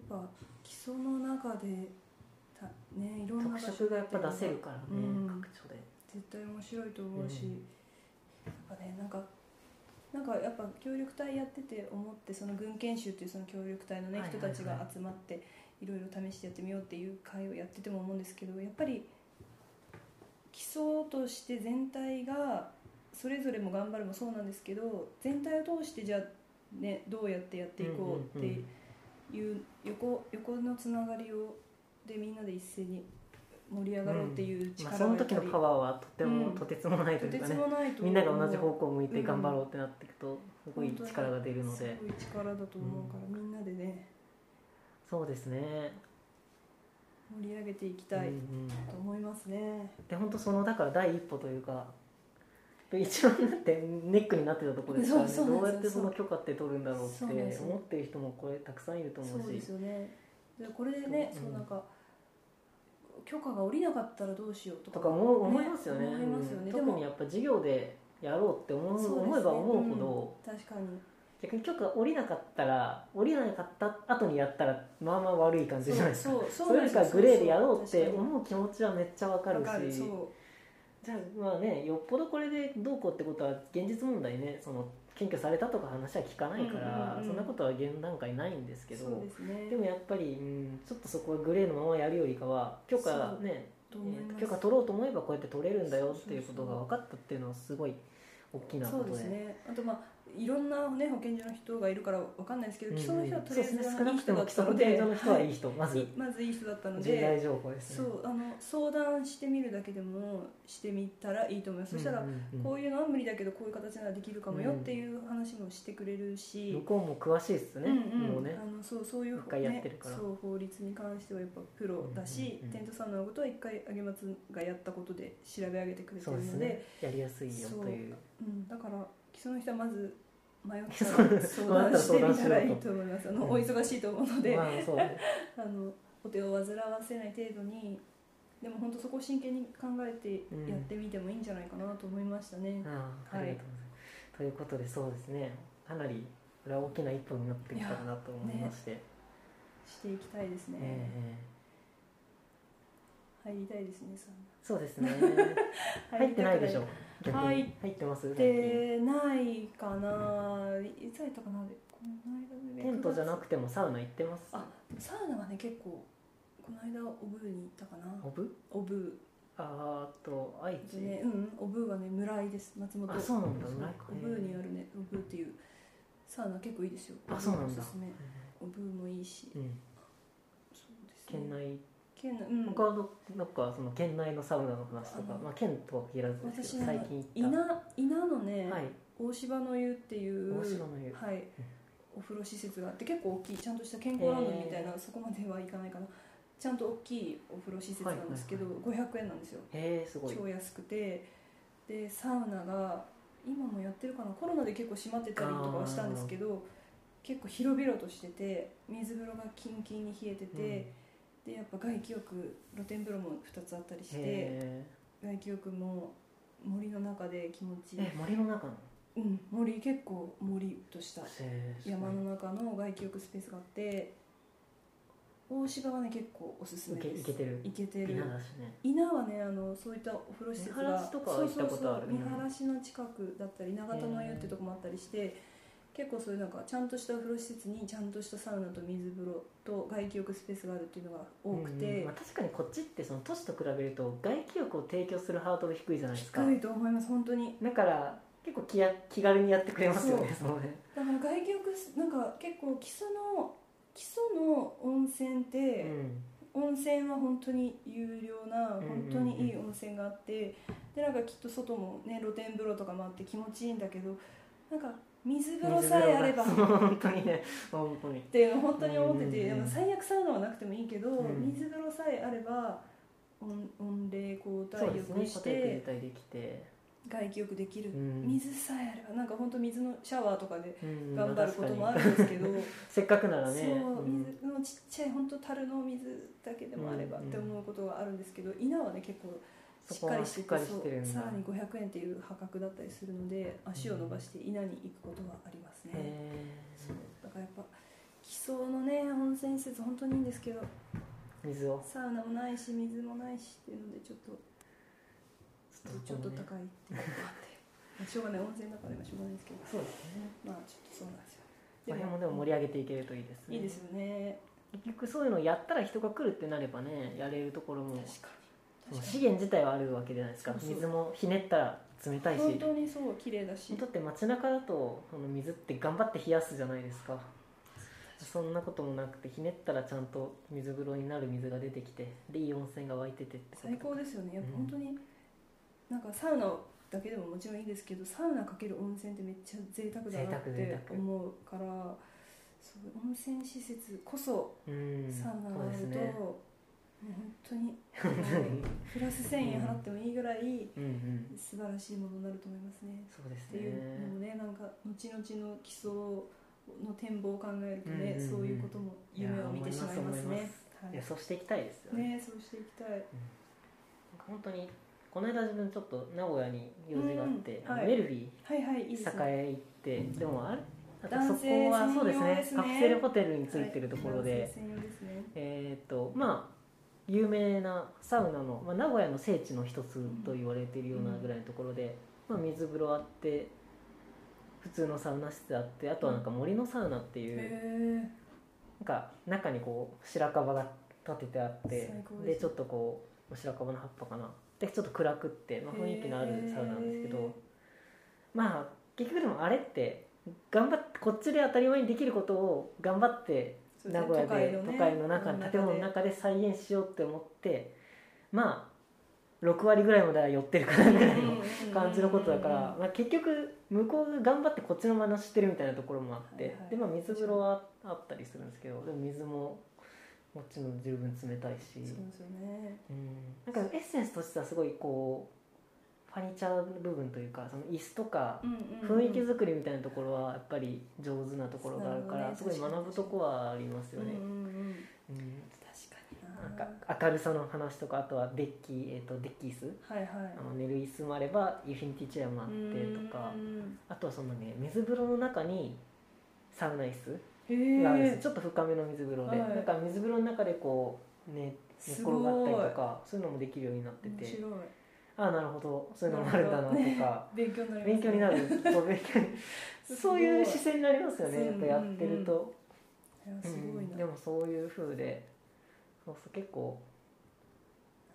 S2: ぱ基礎の中でたねいろんな
S1: 特
S2: 場所
S1: 色がやっぱ出せるからね、
S2: うん
S1: 拡張で
S2: 絶対面白いと思うし、
S1: うん
S2: やっぱねなんかなんかやっぱ協力隊やってて思ってその軍研修っていうその協力隊のね、
S1: はいはいはい
S2: 人たちが集まっていろいろ試してやってみようっていう会をやってても思うんですけどやっぱり基礎として全体がそれぞれも頑張るもそうなんですけど全体を通してじゃあ、ね、どうやってやっていこうっていう横横のつながりをでみんなで一斉に盛り上がろうっていう
S1: まあ、
S2: 力
S1: その
S2: やっ
S1: 時
S2: ぱ
S1: の
S2: り
S1: パワーはとても、
S2: うん
S1: とてつもないと
S2: と
S1: い
S2: て
S1: うか
S2: つ
S1: ね
S2: もないと思う
S1: みんなが同じ方向を向いて頑張ろうってなっていくと、すごい力が出るの
S2: す
S1: で、
S2: ごい力だと思うから、みんなでね
S1: そうですね、
S2: 盛り上げていき
S1: うんう
S2: たい
S1: ん、
S2: と思いますね、
S1: で本当そのだから第一歩というか一番だってネックになってたところですからね
S2: そうそう
S1: どうやっ
S2: そう
S1: て
S2: そう
S1: その許可って取るんだろうって
S2: そうなんですよ
S1: 思ってる人もこれたくさんいると思う
S2: そう
S1: し
S2: ですよねでこれでね、
S1: うん
S2: そうなんか許可が下りなかったらどうしようとか
S1: とかも思いますよね
S2: 思いますよね、
S1: うん
S2: で
S1: 特に
S2: も
S1: やっぱ授業でやろうって思う
S2: そうですね
S1: 思えば思うほど、
S2: 確かに
S1: 逆に許可降りなかったら降りなかった後にやったらまあまあ悪い感じじゃないですか
S2: そうそう
S1: それよりかグレーでやろうっ
S2: そう
S1: て
S2: そう
S1: 思う気持ちはめっちゃわか
S2: 確
S1: る
S2: かにわかる
S1: し
S2: そ
S1: じゃあまあねよっぽどこれでどうこうってことは現実問題ねその検挙されたとか話は聞かないから、
S2: うんうんうん
S1: そんなことは現段階ないんですけ
S2: う
S1: ど
S2: そうですね
S1: でもやっぱり、うん、ちょっとそこはグレーのままやるよりかは許可ね、
S2: と
S1: え
S2: 思いま
S1: ー
S2: す
S1: 許可取ろうと思えばこうやって取れるんだよっていうことが分かったっていうのはすごい大きなこ
S2: そ
S1: と
S2: う
S1: で
S2: ですねあとまあいろんなね保健所の人がいるからわかんないですけど、基礎の人はとりあえず
S1: そうですね
S2: い
S1: 少ないくて
S2: 人だ
S1: も
S2: っ
S1: 基
S2: た
S1: 礎
S2: の
S1: の
S2: で
S1: 現状の人は
S2: はい
S1: い人まず
S2: いまずいい人だったの
S1: 重大
S2: で
S1: 情報です
S2: そ
S1: ね
S2: うあの相談してみるだけでもしてみたらいいと思います、そしたら
S1: うんうんうん
S2: こういうのは無理だけどこういう形ならできるかもよっていう話もしてくれるし、
S1: 向こうも詳しいですね、
S2: うんうん
S1: もうね
S2: あのそうそういう
S1: 一回やってるから
S2: ね、そう法律に関してはやっぱプロだし、
S1: うんうんうん
S2: テントサウナのことは一回上松がやったことで調べ上げてくれて
S1: そう
S2: る
S1: です
S2: ので
S1: ねやりやすいよという
S2: うん、だから基礎の人はまず迷っ
S1: そ
S2: た
S1: う
S2: ら相談してみたらい
S1: 迷ったら相談しろ
S2: い
S1: と
S2: と思いますあの、
S1: うん
S2: お忙しいと思うので、
S1: まあそうね
S2: あのお手を煩わせない程度にでも本当そこを真剣に考えてやってみてもいいんじゃないかなと思いましたね。
S1: あああ
S2: はい
S1: りがとうございます。ということでそうですねかなりこれは大きな一歩になってきたらなと思いまして、
S2: していきたいですね、
S1: ええ
S2: 入りたいですねサ
S1: そ
S2: ウ
S1: うですね
S2: ナ
S1: 入ってないでしょ逆に
S2: 入っ
S1: 入ってます
S2: 入
S1: 最近
S2: ってないかな、いつ入ったかなこの間ね
S1: テントじゃな
S2: 九
S1: くてもサウナ行ってます
S2: あ月サウナはね結構この間オブーに行ったかな
S1: オブ
S2: オブ
S1: あーと愛
S2: ー
S1: 知、
S2: でねうんうんオブーはね村井です松本
S1: あそうなんだ
S2: そう
S1: 村井
S2: オブーにあるねオブーっていうサウナ結構いいですよ
S1: あそうなんだ
S2: おすすめオブーもいいし
S1: うん
S2: そうですね
S1: 県内
S2: 県内うん
S1: 他のなんかその県内のサウナの話とか
S2: あの
S1: まあ県とは限らずですけど
S2: 私ね
S1: 最近行
S2: 稲
S1: っ
S2: 稲のね、
S1: たはい
S2: 大芝の湯っていう
S1: 大島の湯
S2: はい、お風呂施設があって結構大きいちゃんとした健康ランドみたいな、そこまではいかないかなちゃんと大きいお風呂施設なんですけど、
S1: はい
S2: 500円なんですよ
S1: へえすごい
S2: 超安くてでサウナが今もやってるかなコロナで結構閉まってたりとかはしたんですけど結構広々としてて水風呂がキンキンに冷えてて、でやっぱ外気浴露天風呂も2つあったりし
S1: うん
S2: て
S1: へ
S2: 外気浴も森の中で気持ちい
S1: ー
S2: い
S1: え、森の中の
S2: うん、森結構森とした
S1: へーすごい
S2: 山の中の外気浴スペースがあって大芝はね結構おすすめ
S1: いけ
S2: で
S1: い
S2: す
S1: けてる
S2: 行けて
S1: 稲
S2: る
S1: だしね
S2: 稲はねあのそういったお風呂施設が
S1: 見晴らしとかは行ったことある
S2: そうそうそう見晴らしの近くだったり長田の湯ってとこもあったりして結構そういうなんかちゃんとしたお風呂施設にちゃんとしたサウナと水風呂と外気浴スペースがあるっていうのが多く
S1: うんう
S2: て
S1: んまあ、確かにこっちってその都市と比べると外気浴を提供するハードル低いじゃないですか
S2: 低いと思います本当に
S1: だから結構気や気軽にやってくれますよね
S2: そ
S1: そのね
S2: だから外気浴すなんか結構基礎の基礎の温泉って、
S1: うん
S2: 温泉は本当に有料な本当にいい温泉があってでなんかきっと外もね露天風呂とかもあって気持ちいいんだけどなんか水風呂さえあればっ
S1: 水風呂がそう本当にね本当に
S2: ていうのを本当に思って
S1: う
S2: て、
S1: んうんうん
S2: でも最悪サウナはなくてもいいけど、
S1: うん
S2: 水風呂さえあれば温温冷交
S1: そう
S2: 代
S1: です
S2: 浴
S1: ね
S2: し
S1: 固定
S2: て
S1: 携帯できて、
S2: 外気浴できる、
S1: うん
S2: 水さえあればなんか本当水のシャワーとかで
S1: うん
S2: 頑張ることもあ
S1: ま
S2: るんですけど。
S1: あ確かにせっかくなら
S2: そう
S1: ね
S2: 水のちっちゃい本当樽の水だけでもあればって思うことがあるんですけど稲はね結構
S1: そ
S2: し
S1: こ
S2: っか
S1: は
S2: りして
S1: してっかりしてるんだ
S2: そうさらに500円っていう破格だったりするので足を伸ばして稲に行くことはありますね、
S1: へ
S2: そうだからやっぱ基礎のね温泉施設本当にいいんですけど
S1: ー水を
S2: サウナもないし水もないしっていうのでちょっとちょっと
S1: ね
S2: 高いっていうのが あってまあしょうがない温泉だからしょうがないですけど
S1: そうですね
S2: まあちょっとそうなんですよ
S1: この辺もでも盛り上げていけるといいですね
S2: いいですよね
S1: 結局そういうのをやったら人が来るってなればねやれるところも
S2: 確かに
S1: その
S2: 確か
S1: 資
S2: に
S1: 源自体はあるわけじゃないですか
S2: そうそう
S1: 水もひねったら冷たいし
S2: 本当にそう綺麗だし
S1: だって街中だとあの水って頑張って冷やすじゃないですかそんなこともなくてひねったらちゃんと水風呂になる水が出てきてでいい温泉が湧いててってこと
S2: 最高ですよねやっぱ本当に、なんかサウナだけでももちろんいいですけどサウナかける温泉ってめっちゃ贅沢だなっ
S1: 贅
S2: て
S1: 沢贅
S2: 思うからそう温泉施設こそ
S1: うん
S2: サウナ
S1: そう
S2: があ
S1: です
S2: ると、
S1: ね
S2: もう本当に
S1: 本当に
S2: プラス1000円払ってもいいぐらい
S1: うんうん
S2: 素晴らしいものになると思いますね。
S1: そうです
S2: っていうの
S1: ね
S2: もねなんか後々の基礎の展望を考えるとね、
S1: うんうんうん
S2: そういうことも夢を見てしまいます
S1: いや思い
S2: ね
S1: ます。
S2: はいい
S1: やそうしていきたいですよね
S2: ねそうしていきたい。
S1: うんなんか本当にこの間自分ちょっと名古屋に用事があって、
S2: うんはい
S1: あのメルビ
S2: はいはいいいで
S1: ー
S2: す
S1: 栄
S2: ね。
S1: 行ってでもあれ
S2: 男性
S1: そこはそうですね
S2: 専用ですね
S1: カプセルホテルについてるところで、
S2: はい男性専用ですね。
S1: えー、とまあ有名なサウナの、まあ、名古屋の聖地の一つと言われているようなぐらいのところで、まあ、水風呂あって普通のサウナ室あってあとはなんか森のサウナっていう、
S2: へえ。
S1: なんか中にこう白樺が立ててあってで,、
S2: 最高ですね
S1: ちょっとこう白樺の葉っぱかなでちょっと暗くって、まあ、雰囲気のあるサウナなんですけ
S2: へー
S1: どまあ結局でもあれって頑張ってこっちで当たり前にできることを頑張って
S2: そうす
S1: 名
S2: ね
S1: 古屋で都
S2: ね
S1: 会の中の建物の中
S2: 中
S1: で再現しようって思ってまあ6割ぐらいまでは寄ってるかなぐらいの感じのことだから、まあ、結局向こうが頑張ってこっちの真似をしてるみたいなところもあって、
S2: はいはい
S1: でまあ水風呂はあったりするんですけどでも水もこっちの十分冷たいし
S2: そうですよね。
S1: うん、なんかエッセンスとしてはすごいこうファニチャー部分というかその椅子とか
S2: うんうんうん
S1: 雰囲気作りみたいなところはやっぱり上手なところがあるから、
S2: なる
S1: す
S2: ほど
S1: ご
S2: ね
S1: い学ぶとこはありますよね。
S2: うんうんうん
S1: うん
S2: 確か
S1: なん
S2: にな。
S1: か明るさの話とかあとはデッキ、えー、とデッキ椅子
S2: はいはい
S1: あ。の寝る椅子もあればインフィニティチェアもあってとか
S2: うん
S1: あとはそのね水風呂の中にサウナ椅
S2: へ
S1: 子があるんです
S2: え。
S1: ちょっと深めの水風呂で、
S2: はい
S1: なんか水風呂の中でこう寝寝
S2: す
S1: 転
S2: ごい
S1: がったりとかそういうのもできるようになって
S2: 面
S1: て
S2: 白い。
S1: ああなるほどそういうのもあるんだなと
S2: なるほ
S1: か、
S2: 勉強になりますね
S1: 勉強になるそう勉強にそういう
S2: すご
S1: 視線になりますよねやっぱやってると。
S2: いやすごい
S1: うん
S2: な、
S1: でもそういう風でそうそう結構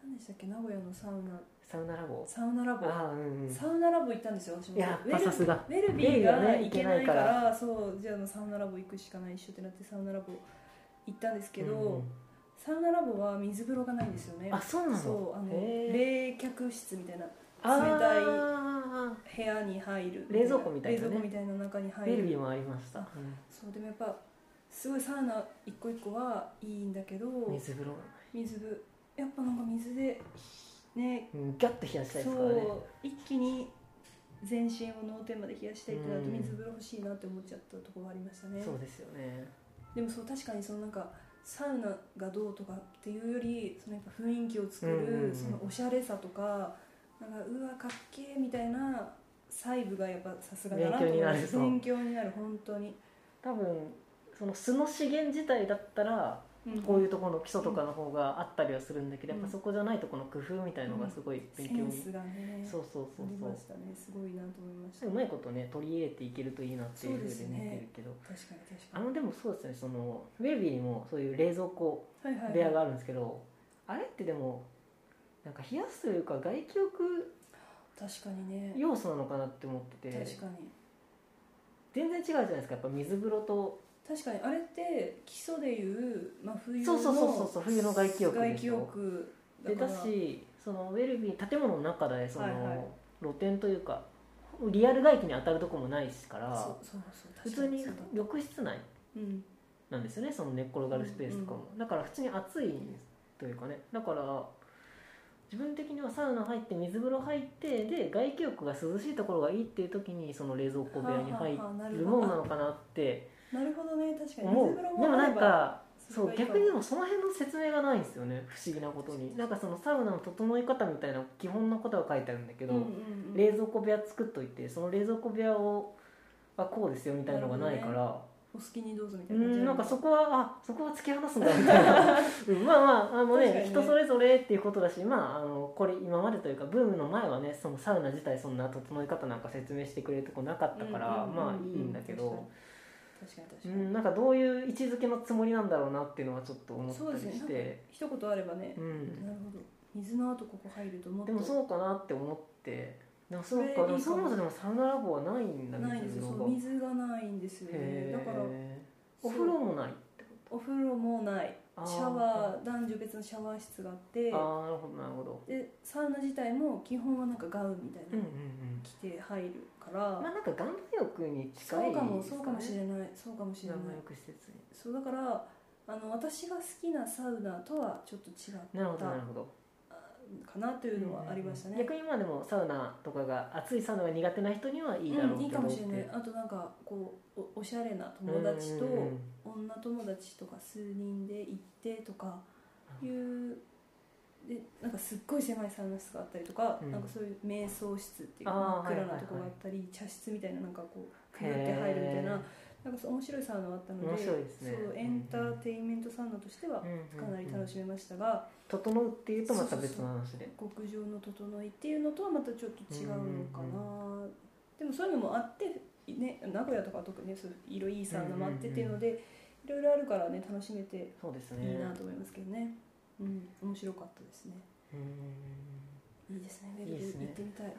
S2: 何でしたっけ名古屋のサウナ
S1: サウナラボ
S2: サウナラボ
S1: ああうんうん
S2: サウナラボ行ったんですよ私も
S1: いや
S2: ウェ
S1: やっ
S2: ル
S1: ぱさすが
S2: ウェルビーが
S1: ウェルビーがね
S2: 行けな
S1: 行
S2: い
S1: けない
S2: か
S1: から
S2: そうじゃあもうサウナラボ行くしかないっしょってなってサウナラボ行ったんですけど、
S1: うん
S2: サウナラボは水風呂がないんですよね
S1: あそうなの
S2: そうあの
S1: へ
S2: 冷却室みたいな
S1: ー
S2: 冷たい部屋に入る
S1: 冷蔵庫みたいなね
S2: 冷蔵庫みたいな中に
S1: ウ
S2: 入
S1: ェル
S2: る
S1: ビーもありました、
S2: そうでもやっぱすごいサウナ一個一個はいいんだけど
S1: うん水風呂、
S2: 水ぶやっぱなんか水でね
S1: うん、ガッと冷やしたいですからね
S2: そう一気に全身を脳天まで冷やしたいってなると
S1: うん
S2: 水風呂欲しいなって思っちゃったところはありましたね
S1: そうですよね
S2: でもそう確かにそのなんかサウナがどうとかっていうよりそのやっぱ雰囲気を作る、
S1: うんうんうん
S2: そのおしゃれさとかなんかうわかっけえみたいな細部がやっぱさすがだなと思います
S1: 勉強になるそう
S2: 勉強になる本当に、
S1: 多分その素の資源自体だったら
S2: うん
S1: こういうところの基礎とかの方があったりはするんだけど、
S2: うん
S1: やっぱそこじゃないとこの工夫みたいのがすごい
S2: セ
S1: 勉強に、
S2: ンスがね
S1: そうそうそう
S2: あり
S1: そ
S2: ま
S1: う
S2: したねすごいなと思いました
S1: うまいことね取り入れていけるといいなっていうふう
S2: そうです
S1: に見
S2: ね
S1: てるけど、
S2: 確かに確
S1: あ
S2: かに
S1: のでもそうですねそのウェルビーにもそういう冷蔵庫
S2: はいはいはい
S1: 部屋があるんですけど、あれってでもなんか冷やすというか外気浴
S2: 確かにね
S1: 要素なのかなって思ってて
S2: 確かに
S1: 全然違うじゃないですかやっぱ水風呂と
S2: 確かにあれって基礎でいう、まあ、冬の
S1: そうそうそうそうそう冬の外気浴でしょ
S2: 外気浴
S1: で
S2: か
S1: だ
S2: ら
S1: しそのウェルビー建物の中でその、
S2: はいはい
S1: 露天というかリアル外気に当たるとこもないですか
S2: そう
S1: ら
S2: そうそう
S1: 普通に
S2: 確かそうだ
S1: 浴室内
S2: うん
S1: なんですよねその寝っ転がるスペースとかも、だから普通に暑いというかねだから自分的にはサウナ入って水風呂入ってで外気浴が涼しいところがいいっていう時にその冷蔵庫部屋に入
S2: はあはあな
S1: る
S2: るほ
S1: も
S2: ど
S1: んなのかなって
S2: なるほどね確かに
S1: 思う
S2: 水風呂
S1: でも
S2: あ
S1: な
S2: れ
S1: ん
S2: ば
S1: か
S2: れ
S1: そう
S2: がいいか
S1: 逆にでもその辺の説明がないんですよね不思議なことになんかそのサウナの整え方みたいな基本のことが書いてあるんだけど、
S2: うんうんうん、
S1: 冷蔵庫部屋作っといてその冷蔵庫部屋をはこうですよみたいなのがないか
S2: な
S1: ら。
S2: るお好きにどうぞみ
S1: う
S2: たいな感じ
S1: んなんかそこはあそこは突き放すんだみたい な、
S2: は
S1: うんまあまああのね
S2: 確かにね
S1: 人それぞれっていうことだしまああのこれ今までというかブームの前はねそのサウナ自体そんな整え方なんか説明してくれるとこなかったから、
S2: うんうんうん
S1: まあいいんだけど、
S2: 確かに確
S1: う
S2: かに
S1: ん、なんかどういう位置づけのつもりなんだろうなっていうのはちょっと思っ
S2: そう
S1: た
S2: で
S1: り
S2: すね
S1: し
S2: なんか
S1: て
S2: 一言あればね
S1: う、ん、
S2: なるほど水の後ここ入るともっと
S1: でもそうかなって思ってでもそう
S2: それいい
S1: か
S2: か
S1: で
S2: も
S1: もそもそもでもサウナラボはないんだ
S2: ないんですよそう水がないんですよね
S1: へ
S2: だから
S1: えお風呂もないってこ
S2: お風呂もない
S1: と
S2: シャワー男女別のシャワー室があって
S1: あーなるほどなるほど
S2: でサウナ自体も基本はなんかガウンみたい
S1: うん
S2: な
S1: うん
S2: の
S1: うん
S2: 着て入るから、
S1: まあなんか岩盤浴に近い
S2: そうかもそうかもし
S1: ない
S2: れないそうかもしれ
S1: 岩
S2: ない
S1: 盤浴施設に
S2: そうだからあの私が好きなサウナとはちょっと違う
S1: なるほどなるほど
S2: かなというのはありましたね、
S1: 逆に今でもサウナとかが暑いサウナが苦手な人にはいいだろうけ
S2: う
S1: どっ
S2: ん、
S1: て
S2: いいかもしれないあとなんかこうおおしゃれな友達と
S1: うんうんうん
S2: 女友達とか数人で行ってとかいうでなんかすっごい狭いサウナ室があったりとか、
S1: うん
S2: なんかそういう瞑想室っていう
S1: あー
S2: 真っ暗
S1: はいはいは
S2: ないとこがあったり、茶室みたいななんかこうくぐって入るみたいななんかそう面白いサウナがあったので
S1: 面白いですね
S2: そうエンターテインメントサウナとしては
S1: へー
S2: かなり楽し
S1: うんうん
S2: めましたが、
S1: 整うっていうとまた別の話で
S2: 極上の整いっていうのとはまたちょっと違うのかな、でもそういうのもあって、ね、名古屋とか特にねそういろいろいいサウナもあってっていうので、いろいろあるからね楽しめて
S1: そうです
S2: いい
S1: ね
S2: なと思いますけどね、うん、面白かったですね
S1: うん
S2: いいですねウェ
S1: いい
S2: ル
S1: です
S2: ビ
S1: ね
S2: ー行ってみたい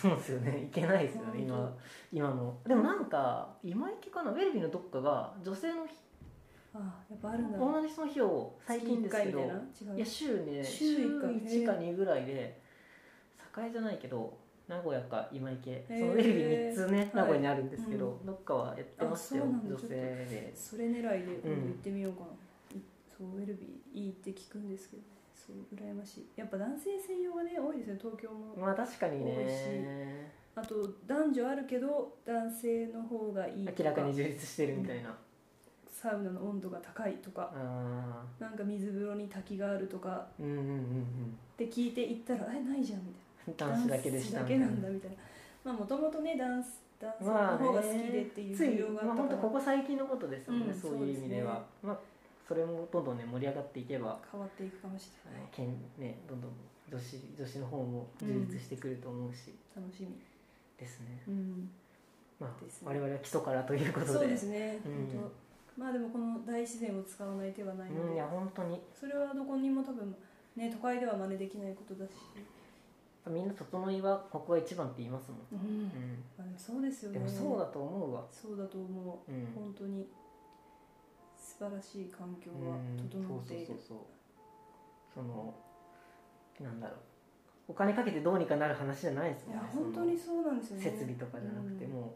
S1: そうですよね いけないですよね
S2: 本
S1: 今今のでもなんか今池かなウェルビーのどっかが女性の日
S2: ああやっぱあるんだ
S1: 同じその日を最近ですけどい
S2: 月一回みたいな違う
S1: や週ね
S2: 週
S1: 週
S2: 一回
S1: 1か2ぐらいで栄じゃないけど名古屋か今池そ
S2: へー
S1: のウェルビー3つね名古屋にあるんですけ
S2: は
S1: どどっかはやってましたよ
S2: あそうなんだ
S1: 女性で
S2: それ狙いで今
S1: うん
S2: 度行ってみようかな、いそうウェルビーいいって聞くんですけどねそう羨ましいやっぱ男性専用がね多いですね東京も
S1: まあ確かに
S2: 多いし
S1: ね
S2: あと男女あるけど男性の方がいいと
S1: 明
S2: から
S1: かに充実してるみたいな
S2: サウナの温度が高いとか
S1: あ
S2: なんか水風呂に滝があるとか
S1: ーうんうんうんうん
S2: って聞いて行ったら「えないじゃん」みたいな
S1: 男子だけでした
S2: 男子だけなんだみたいなまあもともとね男子男性の方が好きでっていう
S1: つ
S2: 需
S1: い
S2: 要があ
S1: まあ
S2: った
S1: 本
S2: か
S1: 当
S2: ら
S1: ここ最近のことですよね、
S2: うん
S1: そういう意味ではまあ、それもどんどんね盛り上がっていけば、
S2: 変わっていくかもし
S1: あ
S2: れ
S1: の
S2: ない
S1: けんね、どんどん女子女子の方も充実してくると思うし、
S2: 楽しみ
S1: ですね、
S2: うん
S1: まあ
S2: ですね
S1: 我々は基礎からということで
S2: そうですね
S1: うん
S2: 本当まあでもこの大自然を使わない手はない
S1: うん、
S2: の
S1: い
S2: で
S1: や本当に
S2: それはどこにも多分ね都会では真似できないことだし
S1: みんな整いはここが一番って言いますもん、
S2: うん
S1: う
S2: まあでもそうですよ
S1: ん、
S2: ね
S1: でもそうだと思うわ、
S2: そうだと思
S1: う
S2: うん本当に素晴らしい環境は
S1: うん
S2: 整っている
S1: そうそうそうそうそのなんだろうお金かけてどうにかなる話じゃないですも
S2: い
S1: んね
S2: や
S1: その
S2: 本当にそうなんですよね
S1: 設備とかじゃなくて、
S2: うん
S1: もう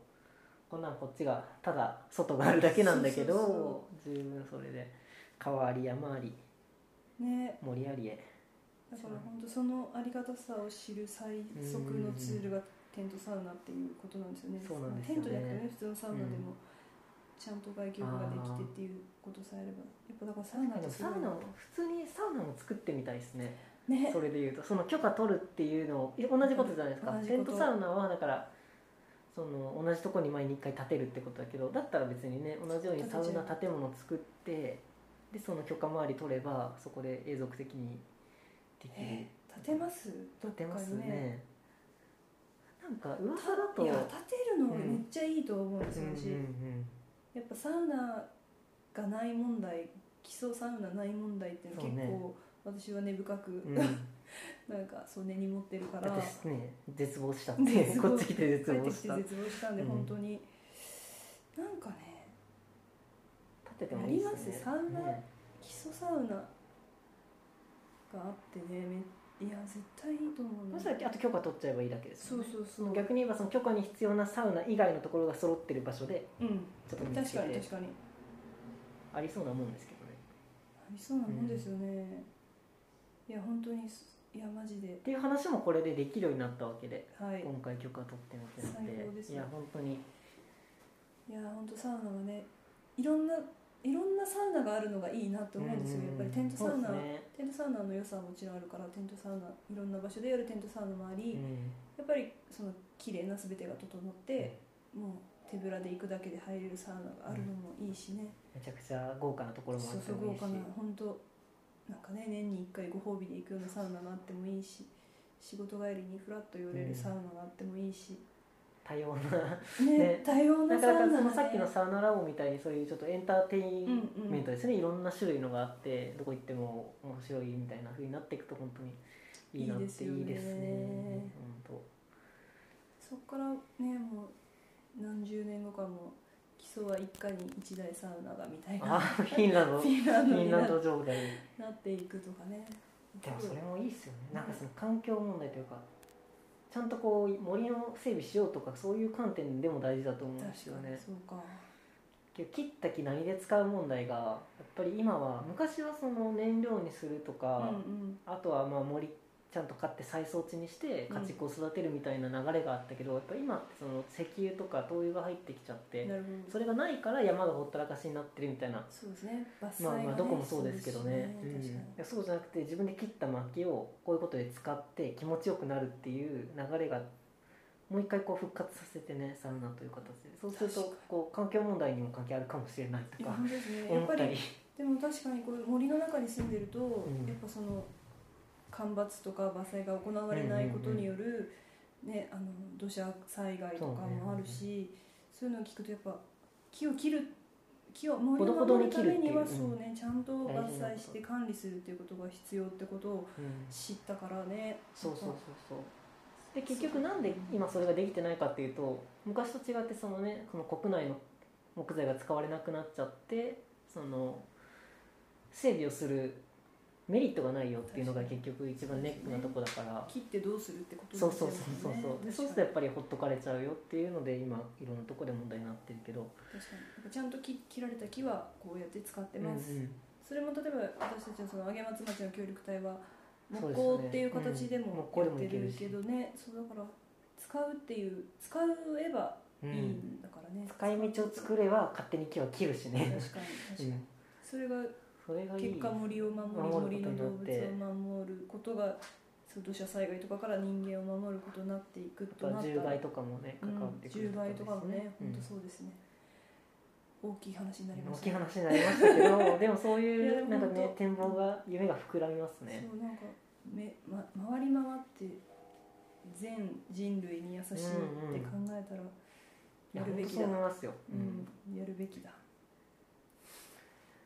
S1: こんなんこっちがただ外があるだけなんだけど
S2: そうそ
S1: 十分それで川あり山あり
S2: ね
S1: 森ありへ
S2: だから本当そのありがたさを知る最速のツールがテントサウナっていうことなんですよね
S1: そうなんです
S2: テ
S1: よね
S2: ントじゃなくてね普通のサウナで
S1: う
S2: もちゃんと外気浴ができてっていうことさえあればやっぱだからサウナっ
S1: で
S2: て
S1: も
S2: す
S1: サ
S2: ごい
S1: ウナも普通にサウナも作ってみたいですね
S2: ね
S1: それでいうとその許可取るっていうのをい同じことじゃないですか
S2: 同じ
S1: テ
S2: こ
S1: ン
S2: と
S1: トサウナはだからその同じとこに毎日1回建てるってことだけどだったら別にね同じようにサウナ建物を作ってでその許可回り取ればそこで永続的にできる
S2: えー立てます
S1: 建てます
S2: どっかに
S1: ねなんか噂だと
S2: いや立てるのめっちゃいいと思うんですよ、私
S1: うんうん
S2: やっぱサウナがない問題基礎サウナない問題っていうのは結構私は根深く、
S1: うんうん
S2: なんかそう根に持ってるから
S1: だ
S2: 帰
S1: ってね絶望したっ
S2: 絶
S1: て
S2: 望
S1: こっち来て絶
S2: って
S1: 望
S2: きて
S1: した立
S2: 絶望したんで
S1: うん
S2: 本当に、なんかね
S1: ててもいいです
S2: や
S1: ね
S2: りますサウナ
S1: ね
S2: 基礎サウナがあってねめいや絶対いいと思う
S1: そ
S2: な
S1: したらあと許可取っちゃえばいいだけです
S2: そ
S1: よ
S2: う
S1: ね
S2: そう
S1: そ
S2: そう
S1: の逆に言えばその許可に必要なサウナ以外のところが揃ってる場所で
S2: うん
S1: ちょっと見つ
S2: 確
S1: け
S2: かに
S1: て
S2: 確かに
S1: ありそうなもんですけどね
S2: ありそうなもんですよね、いや本当にすいやマジで
S1: っていう話もこれでできるようになったわけで
S2: はい
S1: 今回許可取ってみて
S2: 最高で
S1: の
S2: す
S1: でい
S2: ね
S1: や本当に
S2: いや本当サウナはねいろんないろんなサウナがあるのがいいなと思うんですよ、
S1: う
S2: やっぱりテントサウナ、
S1: そうですね
S2: テントサウナの良さはもちろんあるからテントサウナいろんな場所でやるテントサウナもあ
S1: う
S2: り、
S1: ん
S2: やっぱりその綺麗な全てが整って、もう手ぶらで行くだけで入れるサウナがあるのもいいしね、
S1: めちゃくちゃ豪華なところもあ
S2: そ
S1: っ
S2: う
S1: て
S2: そう
S1: もいい
S2: 豪
S1: し
S2: 華な本当なんかね年に1回ご褒美で行くようなサウナがあってもいいし仕事帰りにふらっと寄れるサウナがあってもいいし、
S1: 多様な
S2: ね
S1: ね
S2: 多様な
S1: な
S2: サ
S1: か
S2: ウ
S1: なか
S2: ナが、ね、
S1: そのさっきのサウナラボみたいにそういうちょっとエンターテインメントですね、いろんな種類のがあってどこ行っても面白いみたいな風になっていくと本当にいいなっていいですね
S2: いいですよね
S1: 本
S2: そこからねもう何十年後かも基礎は一家に一台サウナがみたい
S1: あ
S2: な
S1: フィンランド
S2: フ
S1: フ
S2: ィンランド
S1: ィ
S2: に
S1: ン
S2: な
S1: ランド状態
S2: なっていくとかね
S1: でもそれもいいですよねなんかその環境問題というかちゃんとこう森を整備しようとかそういう観点でも大事だと思うんですよ
S2: 確かに
S1: ね
S2: そうか
S1: けど切った木何で使う問題がやっぱり今は昔はその燃料にすると
S2: うん
S1: か、
S2: うん
S1: あとはまあ森ちゃんと買って再装置にして家畜を育てるみたいな流れがあったけど、やっぱ今ってその石油とか灯油が入ってきちゃって
S2: なるほど
S1: それがないから山がほったらかしになってるみたいな、
S2: そうですね伐採
S1: ま
S2: が
S1: あ、
S2: ね
S1: まあどこもそうですけどね
S2: そうですしね
S1: うん、そうじゃなくて自分で切った薪をこういうことで使って気持ちよくなるっていう流れがもう一回こう復活させてねサウナという形でそうする
S2: 確
S1: と
S2: かに
S1: こう環境問題にも関係あるかもしれないと
S2: 確かにい
S1: か
S2: や本当ですねや
S1: 思
S2: っ
S1: っ
S2: ぱ
S1: た
S2: り
S1: り
S2: でも確かにこう森の中に住んでると、
S1: ん
S2: やっぱその干ばつとか伐採が行われないことによる、ね、あの土砂災害とかもあるしそう,、いうのを聞くとやっぱ木を切る木を森
S1: ほ
S2: を
S1: どほど
S2: 守る
S1: に
S2: た
S1: 切るっ
S2: め
S1: てい
S2: に
S1: う
S2: は
S1: うん
S2: そうねちゃんと
S1: 大事なこと
S2: 伐採して管理するっていうことが必要ってことを
S1: うん
S2: 知ったからね
S1: そうそうそう
S2: やっ
S1: そうで結局なんで今それができてないかっていうと昔と違ってそのねこの国内の木材が使われなくなっちゃってその整備をするメリットがないよっていうのが
S2: 確か
S1: 結局一番ネックなとこだから
S2: ぱ。切ってどうするってことです
S1: そ
S2: よ
S1: う
S2: ね
S1: そうそうそうそうでそうするとやっぱりほっとかれちゃうよっていうので今いろんなとこで問題になってるけど、
S2: 確かにやっぱちゃんと切切られた木はこうやって使って
S1: うんう
S2: ます、
S1: ん、
S2: それも例えば私たちのその上松町の協力隊は木
S1: そうです
S2: 工
S1: ね
S2: っていう形で
S1: うん
S2: も
S1: 木工
S2: やっ
S1: でも
S2: て
S1: いける
S2: る
S1: し
S2: けどね、そうだから使うっていう使えば
S1: う
S2: いい
S1: ん、
S2: んだからね、
S1: 使い道を作れば勝手に木は切るし
S2: 確か
S1: ね
S2: に、確か
S1: う
S2: に、
S1: ん、
S2: それが
S1: それがいい
S2: 結果森を守
S1: 守
S2: り森
S1: ること
S2: の
S1: に
S2: 動
S1: な
S2: 物
S1: っ
S2: を
S1: て
S2: 守ることがそう土砂災害とかから人間を守ることになっていくと
S1: やっ
S2: な
S1: ぱ
S2: ったら
S1: 10倍とかもね
S2: う
S1: 関
S2: ん
S1: わってくる
S2: 10倍とかもね、
S1: うん
S2: 本当そうですね大きい話になりま
S1: 大
S2: し
S1: きい
S2: た
S1: 話になりましたけど でもそう
S2: い
S1: い
S2: や
S1: うなんか
S2: 本
S1: ね
S2: 当
S1: 展望が夢が膨らみますね
S2: そうなんかめ、ま、回り回って全人類に優しいって考
S1: うんうん
S2: えたら
S1: いや
S2: やる
S1: 本
S2: べ
S1: 当
S2: き
S1: そう
S2: だ、う
S1: 思
S2: ん
S1: いますよ、うん
S2: やるべきだ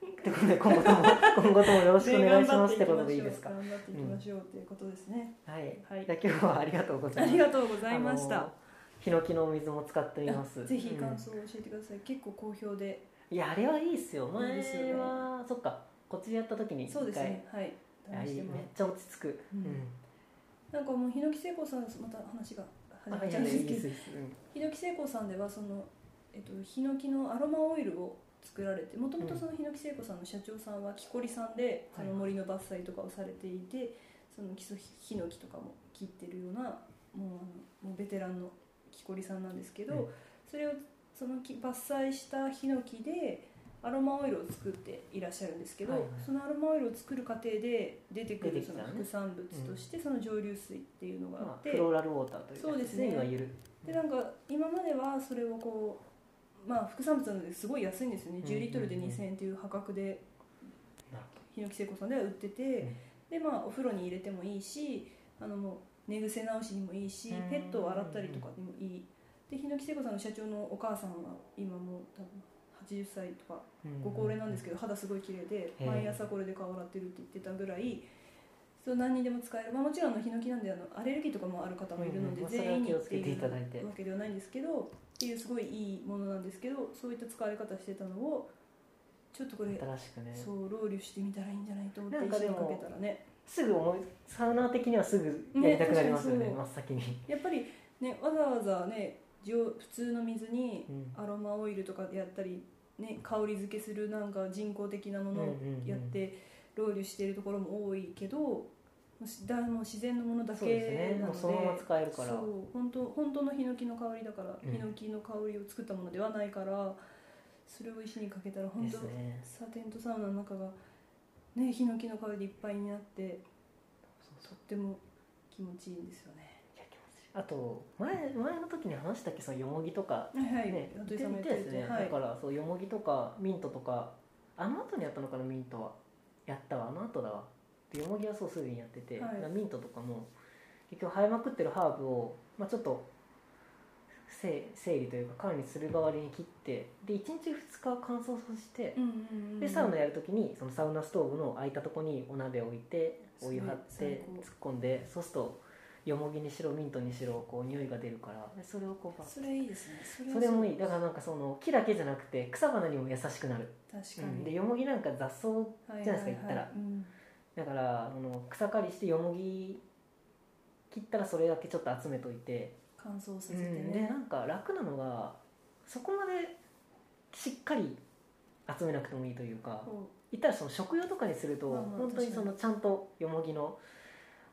S1: ってことで今後とも今後ともよろしくお願いしますって
S2: ね
S1: ことでいいですか
S2: 頑張っていきましょうっていうことですね、
S1: はい、
S2: はい
S1: じゃあ今日はありがとうござい
S2: あ
S1: ます
S2: りがとうございまし
S1: あ
S2: た
S1: のヒノキのお水も使っています
S2: あぜひ感
S1: う
S2: 想を教えてください、結構好評で
S1: んいやあれはいいですよ前
S2: いいですよね
S1: はそっかこっちでやった時に一回
S2: そうですねはい
S1: いや
S2: 試
S1: い
S2: し
S1: い
S2: ても
S1: めっ
S2: らって
S1: ちゃ落ち着く、
S2: う
S1: うんん
S2: なんかもうヒノキ聖子さんまた話が始ま
S1: あ
S2: っ
S1: い
S2: ちゃ
S1: や
S2: う
S1: い
S2: ん
S1: い
S2: で
S1: です
S2: すけ
S1: いい
S2: ど
S1: です
S2: ヒノキ聖子さんではその、えっと、ヒノキのアロマオイルを作られてもともとそのヒノキ聖子さんの社長さんは木こりさんで
S1: は
S2: そ
S1: い
S2: の森の伐採とかをされていてその基礎ヒノキとかも切ってるようなもうあのもうベテランの木こりさんなんですけど、
S1: うん
S2: それをその木伐採したヒノキでアロマオイルを作っていらっしゃるんですけど、
S1: はいはい
S2: そのアロマオイルを作る過程で出てく
S1: 出
S2: る
S1: てき
S2: そ
S1: たね
S2: の副産物としてその蒸留水っていうのがあ
S1: ま
S2: っ
S1: あ
S2: て、
S1: フローラルウォーターという
S2: そうですね
S1: はゆる
S2: でなんか今まではそれをこうまあ副産物なのですごい安いんですよね
S1: うん
S2: 10リットルで2000円という破格で
S1: なる
S2: ヒノキ聖子さんでは売っててでまあお風呂に入れてもいいしあのもう寝癖直しにもいいし
S1: うん
S2: ペットを洗ったりとかでもいいでヒノキ聖子さんの社長のお母さんは今もう多分80歳とか
S1: ほどうん
S2: ご高齢なんですけど肌すごい綺麗で
S1: へえ
S2: 毎朝これで顔洗ってるって言ってたぐらいそう何にでも使える、まあ、もちろんあのヒノキなんであのアレルギーとかもある方もいるので、
S1: うんうん
S2: 全員に
S1: それは気を
S2: っ
S1: つ
S2: て
S1: けて
S2: い
S1: いうただいて
S2: わけではないんですけどっていうすごいいいものなんですけどそういった使われ方してたのをちょっとこれ、
S1: 新しくね
S2: そうロウリュしてみたらいいんじゃないと思って
S1: なん
S2: 一
S1: か
S2: 緒
S1: で
S2: に
S1: も
S2: かけたらね
S1: すぐ思いサウナー的にはすぐやりたくなりますよね
S2: ね確かにそう
S1: 真っ先に、
S2: やっぱりねわざわざねじょ普通の水に
S1: うん
S2: アロマオイルとかでやったり、ね、香り付けするなんか人工的なものを
S1: うんうんうん
S2: やってロウリュしているところも多いけどもうしだもう自然のものだ
S1: そ
S2: け
S1: うでね
S2: なのです
S1: もうそのまま使えるから
S2: そう本当本当のヒノキの香りだから、
S1: うん
S2: ヒノキの香りを作ったものではないからそれを石にかけたら本
S1: で
S2: 当、
S1: すね
S2: サテンとサウナの中がねヒノキの香りでいっぱいになって
S1: そうそう
S2: とっても気持ちいいんですよね。
S1: あと前前の時に話したっけそのよもぎとか
S2: はいはい、
S1: ね
S2: 鳩井さんもやって
S1: です
S2: る
S1: ね、
S2: は
S1: だ
S2: い
S1: からそうよもぎとかミントとかあの後にやったのかなミントはやったわあの後だわでよもぎはそうすでにやってて、
S2: はい
S1: だからミントとかも結局生えまくってるハーブを、まあ、ちょっと整整理というか管理する代わりに切ってで1日2日乾燥させて、
S2: うんうんうんうん
S1: でサウナやるときにそのサウナストーブの空いたとこにお鍋置いてお湯張っ
S2: すごい
S1: て
S2: 最高
S1: 突っ込んでそうするとよもぎにしろミントにしろこう匂いが出るからでそれをこうば
S2: それいいですねそれ
S1: それもいいだからなんかその木だけじゃなくて草花にも優しくなる、
S2: 確か
S1: うん
S2: に、
S1: でよもぎなんか雑草
S2: は
S1: じゃないですか言ったら
S2: うん
S1: だからあの草刈りしてよもぎ切ったらそれだけちょっと集めといて
S2: 乾燥させ
S1: う
S2: て
S1: ん、で
S2: ね、
S1: なんか楽なのがそこまでしっかり集めなくてもいいというか
S2: こ
S1: 言ったらその食用とかにすると
S2: まあまあ
S1: 本当にそ
S2: 確か
S1: のちゃんとよもぎの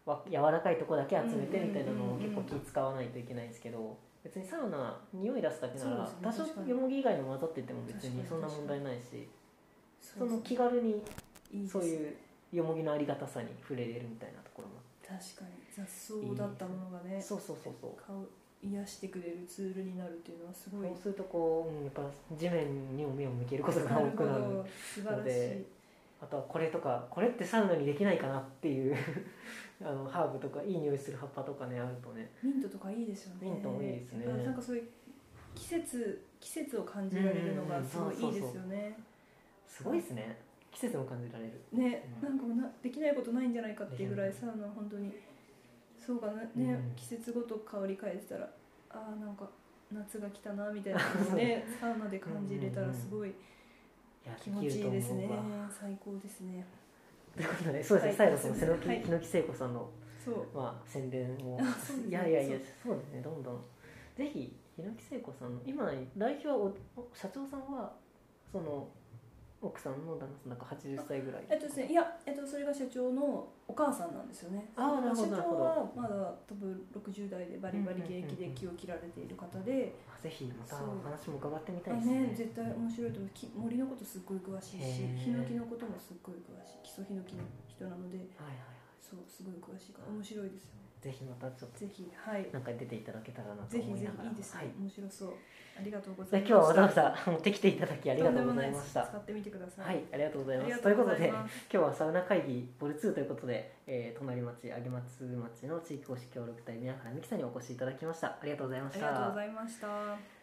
S1: わ柔らかいとこだけ集めて
S2: う
S1: み
S2: んうんうんうん
S1: たいなのを結構気使わないといけないんですけど別にサウナ匂い出すだけなら多
S2: そ
S1: 少
S2: うですね確かに
S1: よもぎ以外の混ざってても別に
S2: 確
S1: そん
S2: かに
S1: な問題ないし
S2: う
S1: その気
S2: い
S1: 軽に
S2: いです
S1: そ
S2: ね
S1: ういうよもぎのありがたさに触れれるみたいなところも
S2: 確かに雑草だったものがね
S1: そうそうそうそう
S2: 顔癒してくれるツールになるっていうのはすごい
S1: そうするとこう、うん、やっぱ地面にも目を向けることが多くなる
S2: ほど素晴らしい
S1: あとはこれとかこれってサウナにできないかなっていう あのハーブとかいい匂いする葉っぱとかねあるとね
S2: ミントとかいいですよ
S1: ミ
S2: ね
S1: ントもいいですね
S2: やっぱなんかそういう季節季節を感じられるのがすごいいいですよね
S1: すごいですね季節も感じられる
S2: ね
S1: うん
S2: なんかもうなできないことないんじゃないかっていうぐらいサウナは本当にそうかなね、
S1: うん
S2: 季節ごと香り変えてたらあーなんか夏が来たなみたいなのを ねサウナで感じれたらすごい
S1: いや
S2: 気持ちいい
S1: で
S2: で
S1: き
S2: す
S1: る
S2: ね
S1: と思うわ
S2: 最高ですね
S1: ということでそうですね、
S2: はい
S1: 最後その
S2: す
S1: 瀬
S2: いま
S1: の
S2: せんはい
S1: きヒノキ聖子さんの、
S2: そう
S1: まあ、宣伝を
S2: あそうですね
S1: いやいやいやそうですねどんどんぜひヒノキ聖子さんの今代表はおお社長さんはその奥さんの旦那さんなんか80歳ぐらい
S2: えっとですね、いや、えっと、それが社長のお母さんなんですよね。
S1: あーなるほど
S2: 社
S1: なるほ
S2: 長
S1: ど
S2: はまだ多分60代でバリバリ現役
S1: うんうんうんうん
S2: で気を切られている方で、
S1: あぜひまた
S2: そう
S1: お話も伺ってみた
S2: あ
S1: いですね
S2: ね、絶対面白いと思うき森のことすっごい詳
S1: へ
S2: しいし
S1: ー
S2: ヒノキのこともすっごい詳しい基礎ヒノキの人なので
S1: はいはいは
S2: そうすごい詳しいから面白いです
S1: い
S2: よ
S1: ぜひまたちょっと
S2: ぜひはい
S1: なんか出ていただけたらなと
S2: ぜひ
S1: 思い
S2: ぜ
S1: ながら
S2: ひいいですね、
S1: はい、
S2: 面白そうありがとうござ
S1: 今
S2: い
S1: 日
S2: ました
S1: はわざわざ持ってきていただきありがとうございまし
S2: とんでもなです
S1: た
S2: 使ってみてください、
S1: はいありがとうござい
S2: あ
S1: ま
S2: りが
S1: す
S2: と
S1: といううこ
S2: ご
S1: と
S2: ざい
S1: で
S2: ます
S1: 今日はサウナ会議ボル2ということで、えー、隣町上松町の地域公式協力隊宮原美希さんにお越しいただきましたありがとうございまし
S2: あり
S1: た
S2: がとうございました